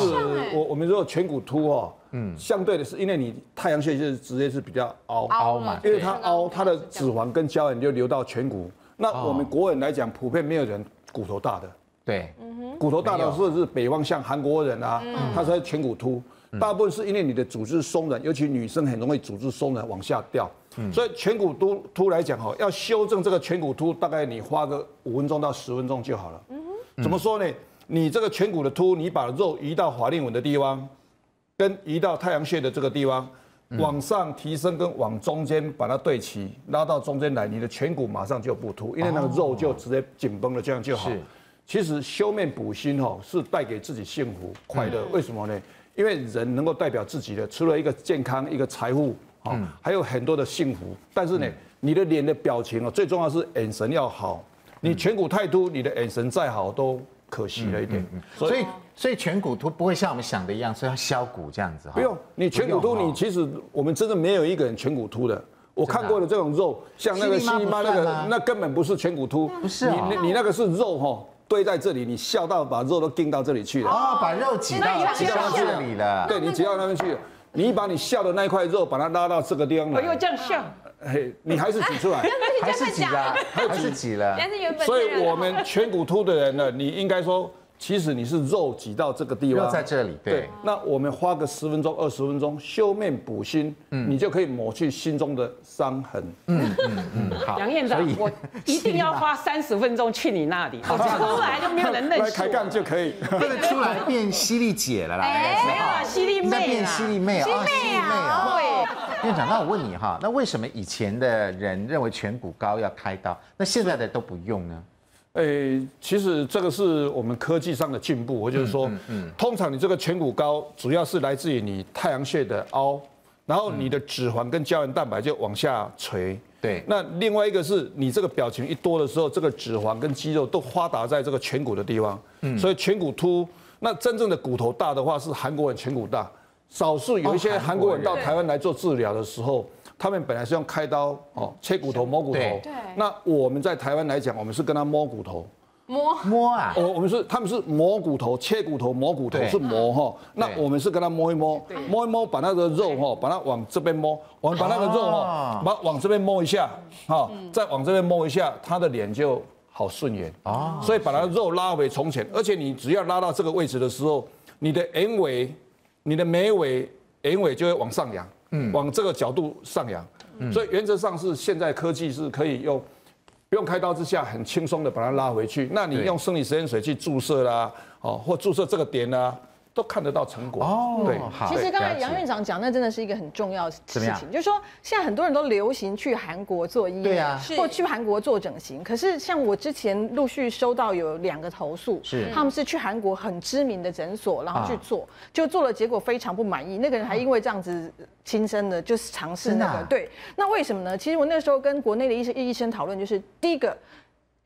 S3: 我我们如果颧骨凸哦，嗯，相对的是因为你太阳穴就是直接是比较凹，
S2: 凹嘛，
S3: 因为
S2: 对，
S3: 它凹，它的脂肪跟胶原就流到颧骨。那我们国人来讲，普遍没有人骨头大的，
S2: 对，
S3: 骨头大的或者是北方像韩国人啊，他才颧骨凸。大部分是因为你的组织松软，尤其女生很容易组织松软往下掉，所以颧骨凸凸来讲哦哈，要修正这个颧骨凸，大概你花个五分钟到十分钟就好了。怎么说呢？你这个颧骨的凸，你把肉移到法令纹的地方，跟移到太阳穴的这个地方，往上提升跟往中间把它对齐，拉到中间来，你的颧骨马上就不凸，因为那个肉就直接紧绷了，这样就好
S2: 是。
S3: 其实修面补心哦，是带给自己幸福快乐。为什么呢？因为人能够代表自己的，除了一个健康，一个财富，哦，还有很多的幸福。但是呢，你的脸的表情哦，最重要是眼神要好。你颧骨太凸，你的眼神再好都可惜了一点。所
S2: 所
S3: 以
S2: 以所以颧骨凸不会像我们想的一样，所以要削骨这样子哈。
S3: 不用你颧骨凸，
S2: 不用
S3: 你
S2: 哈
S3: 其实我们真的没有一个人颧骨凸的。
S2: 啊
S3: 我看过的这种肉，像那个
S2: 西
S3: 西
S2: 尼妈
S3: 妈
S2: 不
S3: 那
S2: 算
S3: 个
S2: 啊，
S3: 那根本不是颧骨凸，
S2: 不是啊
S3: 你你你那个是肉哈，堆在这里，你笑到把肉都钉到这里去了。
S2: 哦，把肉挤到挤到这里了，
S3: 对你挤到那边去，你把你笑的那一块肉把它拉到这个地方
S2: 哎
S7: 我哦又
S3: 来，
S7: 这样笑，
S3: 嘿，你还是挤 出来。
S2: 还是挤了，还是挤了。
S5: 但是原本
S3: 所以我们颧骨凸的人呢，你应该说，其实你是肉挤到这个地
S2: 肉
S3: 方，
S2: 在这里，对
S3: 对，，那我们花个十分钟、二十分钟修面补心，你就可以抹去心中的伤痕。
S2: 嗯，好。
S7: 杨院长
S2: 所以，
S7: 我一定要花三十分钟去你那里，我出来就没有人认
S3: 来
S7: 识
S3: 开
S7: 我。
S3: 杠就可以。
S2: 这个出来变犀利姐了啦，应
S7: 没有啊，犀利
S2: 该是在
S7: 妹
S2: 变
S7: 啊，
S2: 犀 利妹啊，哦犀利妹啊。
S5: 哦
S7: 对，
S2: 院长，那我问你哈，那为什么以前的人认为颧骨高要开刀，那现在的都不用呢？
S3: 诶、哎其实这个是我们科技上的进步，我就是说，嗯通常你这个颧骨高主要是来自于你太阳穴的凹，然后你的脂肪跟胶原蛋白就往下垂。
S2: 对
S3: 那另外一个是你这个表情一多的时候，这个脂肪跟肌肉都发达在这个颧骨的地方，
S2: 嗯
S3: 所以颧骨凸。那真正的骨头大的话，是韩国人颧骨大，少数有一些
S2: 哦韩
S3: 韩
S2: 国
S3: 国
S2: 人
S3: 人到台湾来做治疗的时候，他们本来是用开刀哦，切骨头、摸骨头
S2: 对。
S3: 那我们在台湾来讲，我们是跟他摸骨头。
S2: 摸 啊，
S3: 哦我我们是他们是磨骨头、切骨头、磨骨头
S2: 对
S3: 是磨哈，那我们是跟他摸一摸，摸一摸，把那个肉哈，把它往这边摸，我们把那个肉
S2: 哦
S3: 哈，把它往这边摸一下，哈，再往这边摸一下，他的脸就好顺眼
S2: 哦
S3: 哦。所以把那个肉拉回从前，而且你只要拉到这个位置的时候，你的眼尾、你的眉尾、眼尾就会往上扬，嗯，往这个角度上扬。
S2: 嗯
S3: 所以原则上是现在科技是可以用。不用开刀之下，很轻松的把它拉回去。那你
S2: 对
S3: 用生理食盐水去注射啦，哦，或注射这个点啦、都看得到成果。
S2: 哦
S3: 对，
S2: 好
S6: 其实刚才
S2: 了解
S6: 杨院长讲，那真的是一个很重要的
S2: 怎么
S6: 事
S2: 样
S6: 情，就是说现在很多人都流行去韩国做医
S2: 对
S6: 美，
S2: 啊
S6: 或去韩国做整形。可是像我之前陆续收到有两个投诉，
S2: 是
S6: 他们是去韩国很知名的诊所，然后去
S2: 啊
S6: 做，就做了，结果非常不满意。那个人还因为这样子亲身的就是尝试
S2: 真的
S6: 那
S2: 啊
S6: 个，对。那为什么呢？其实我那时候跟国内的医生医生讨论，就是第一个。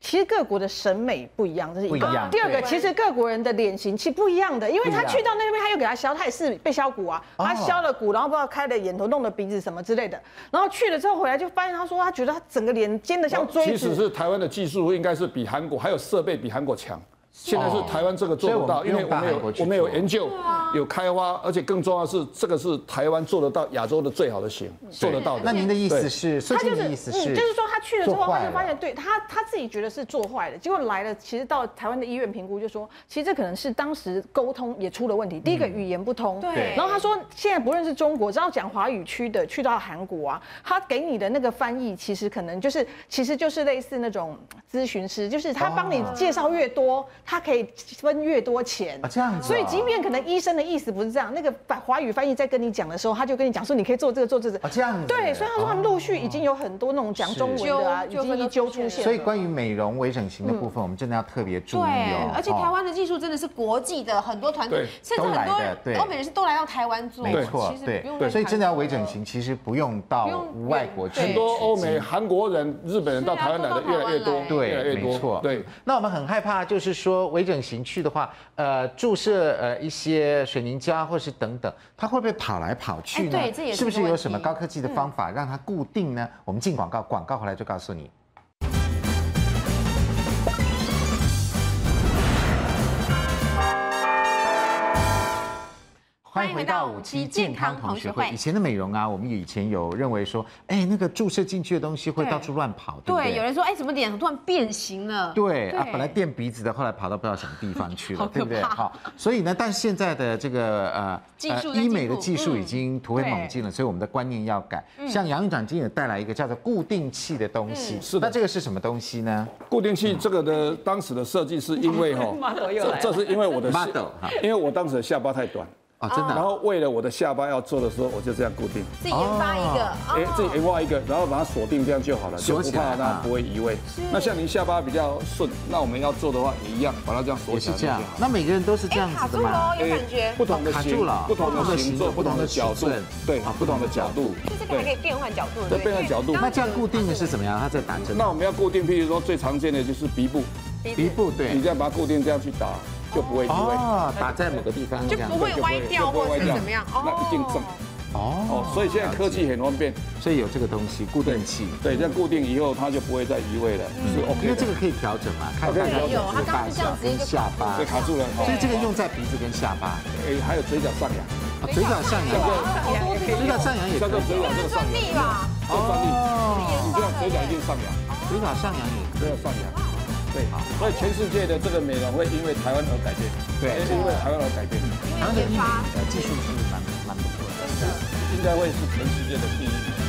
S6: 其实各国的审美不一样，这是一
S2: 不一
S6: 个
S2: 样。
S6: 第二个，
S2: 对
S6: 其实各国人的脸型其实不一样的，因为
S2: 不一
S6: 他
S2: 样
S6: 去到那边，他又给他削，他也是被削骨啊，
S2: 哦
S6: 他削了骨，然后不知道开了眼头，弄了鼻子什么之类的。然后去了之后回来就发现，他说他觉得他整个脸尖的像锥
S3: 哦其实
S6: 子。
S3: 是台湾的技术应该是比韩国还有设备比韩国强。现在是台湾这个做不到，
S2: 哦所以
S3: 因
S2: 我们
S3: 为
S2: 不用到韩
S3: 我们
S2: 国啊
S3: 有
S2: 去
S3: 我们有
S2: 做
S3: 研究，
S6: 啊
S3: 有开发，而且更重要的是，这个是台湾做得到亚洲的最好的型，
S6: 嗯
S3: 做得到的。
S2: 那您的意思是，所
S6: 他
S2: 以
S6: 就是，嗯
S2: 您的意思是，
S6: 就是说他去了之
S2: 做
S6: 后，
S2: 坏
S6: 他就发现，
S2: 了
S6: 对他他自己觉得是做坏了，结果来了，其实到台湾的医院评估就说，其实这可能是当时沟通也出了问
S2: 嗯
S6: 题，第一个语言不通，
S5: 对
S6: 然后他说，现在不论是中国，只要讲华语区的，去到韩国啊，他给你的那个翻译，其实可能就是，其实就是类似那种咨询师，就是他帮你介绍越多，他可以分越多钱
S2: 哦啊这样子啊
S6: 所以即便可能医生的意思不是这样，那个把华语翻译在跟你讲的时候，他就跟你讲说，你可以做这个做这个
S2: 啊，这样子
S6: 对，所以他说他们
S2: 哦
S6: 陆续已经有很多那种讲中文的啊，已
S5: 是纠
S6: 经一
S5: 纠
S6: 揪
S5: 纷都
S6: 出
S5: 出现
S6: 现。
S2: 所以关于美容微整形的部分，我们真的要特别注意哦
S5: 对，。而且台湾的技术真的是国际的，很多团队
S3: 对
S5: 甚至很
S2: 都
S5: 多
S2: 来的对
S5: 欧美人士都来到台湾做，
S2: 没错
S5: 其，实
S2: 对
S5: 不用，
S2: 对
S5: 来
S2: 所以
S5: 韩
S2: 真的要
S5: 国
S2: 微整形，其实不用到
S5: 不用
S2: 外国去。
S3: 很多欧美、韩国人、日本人到
S5: 是啊
S3: 台湾来的
S5: 都到
S3: 越来越
S5: 台湾
S3: 多
S5: 来，
S3: 越来
S2: 对，
S3: 越
S2: 没错
S3: 多，，对。。
S2: 那我们很害怕，就是说微整形去的话，呃，注射呃一些水凝胶啊或是等等，它会不会跑来跑去呢？
S5: 哎对这也是
S2: 是不是
S5: 个问
S2: 有
S5: 题
S2: 什么高科技的方法让它固定呢？我们进广告，广告回来就告诉你。欢迎回到五期健康同学会。以前的美容啊，我们以前有认为说，哎，那个注射进去的东西会
S5: 对
S2: 到处乱跑，对不
S5: 对，
S2: 对？
S5: 有人说，哎，怎么脸突然变形了？对
S2: 对啊，本来垫鼻子的，后来跑到不知道什么地方去了
S5: 好，
S2: 对不对？
S5: 可怕
S2: 好，所以呢，但现在的这个呃
S5: 技
S2: 呃
S5: 术在
S2: 医
S5: 进
S2: 美的
S5: 步
S2: 技术
S5: 嗯
S2: 已经突飞猛进了，所以我们的观念要改。像杨院长今天也带来一个叫做固定器的东西，
S5: 嗯
S3: 是的
S2: 那这个是什么东西呢？
S3: 固定器这个的当时的设计是因 为哈
S7: Model 又来
S3: 这
S7: 了
S3: 这是因 为我的下
S2: Model，哈
S3: 因为我当时的下巴太短，
S2: 哦，真的
S3: 然
S2: 啊，
S3: 后为了我的下巴要做的时候，我就这样固定，
S5: 自己研发一个，
S3: 哎
S5: 哦，
S3: 自己挖一个，然后把它锁定这样就好了，就
S2: 锁
S3: 不
S2: 起来
S3: 怕它
S2: 啊
S3: 不会移位。那像您下巴比较顺，那我们要做的话也一样，把它这样锁
S2: 也
S3: 起
S2: 是
S3: 来
S2: 这
S3: 就
S2: 样
S3: 好。。哎
S2: 那每个人都是这
S5: 哎
S2: 样，
S5: 卡
S2: 子的
S5: 住了
S2: 吗
S5: 哦，？有感觉，
S3: 不同的
S2: 卡
S3: 型
S2: 住了哦，
S3: 不同的形状，
S2: 不
S3: 不
S2: 同
S3: 同
S2: 的
S3: 的
S2: 尺
S3: 角度
S2: 寸，
S3: 对
S2: 啊，
S3: 不同的角度，
S5: 就这个还可
S3: 对。
S5: 以变换角度，
S3: 对
S5: 对不对，
S3: 变换角度
S2: 那这样固定的是怎么样？它在打针，
S3: 那我们要固定，譬如说最常见的就是鼻部，
S2: 鼻部对
S3: 你，这样把它固定，这样去打就不会移位。
S2: 哦，打在某个地方这
S5: 就
S2: 样
S5: 不，会歪掉或者是怎么样，
S3: 那一定正
S2: 哦
S3: 哦。所以现在科技很方便，
S2: 所以有这个东西固定器。
S3: 对，这样固定以后它就不会再移位了，是 OK
S2: 嗯因为
S3: 的。
S2: 这个可以调整嘛，看大家
S3: 对
S5: 有他刚刚
S2: 大
S5: 是这样直
S2: 小
S5: 接
S2: 跟
S5: 就
S2: 下巴
S3: 所以，卡住了，
S2: 啊所以这
S3: 个
S2: 个用在鼻子跟下巴，
S3: 哎还有嘴角上扬，
S2: 啊嘴角上
S3: 这
S2: 扬，
S3: 个
S2: 嘴角上扬也可
S3: 叫做
S2: 以，啊
S3: 嘴角这个上扬，
S5: 对吧？
S3: 这个专利，你这样嘴角一定上扬，
S2: 嘴角上扬也可
S3: 这个上扬。对，所以全世界的这个美容会因为台湾而改变，
S2: 对
S3: 因为台湾而改变，
S2: 啊以，然后的医美的技术是蛮蛮不错的。
S3: 应该会是全世界的第一名。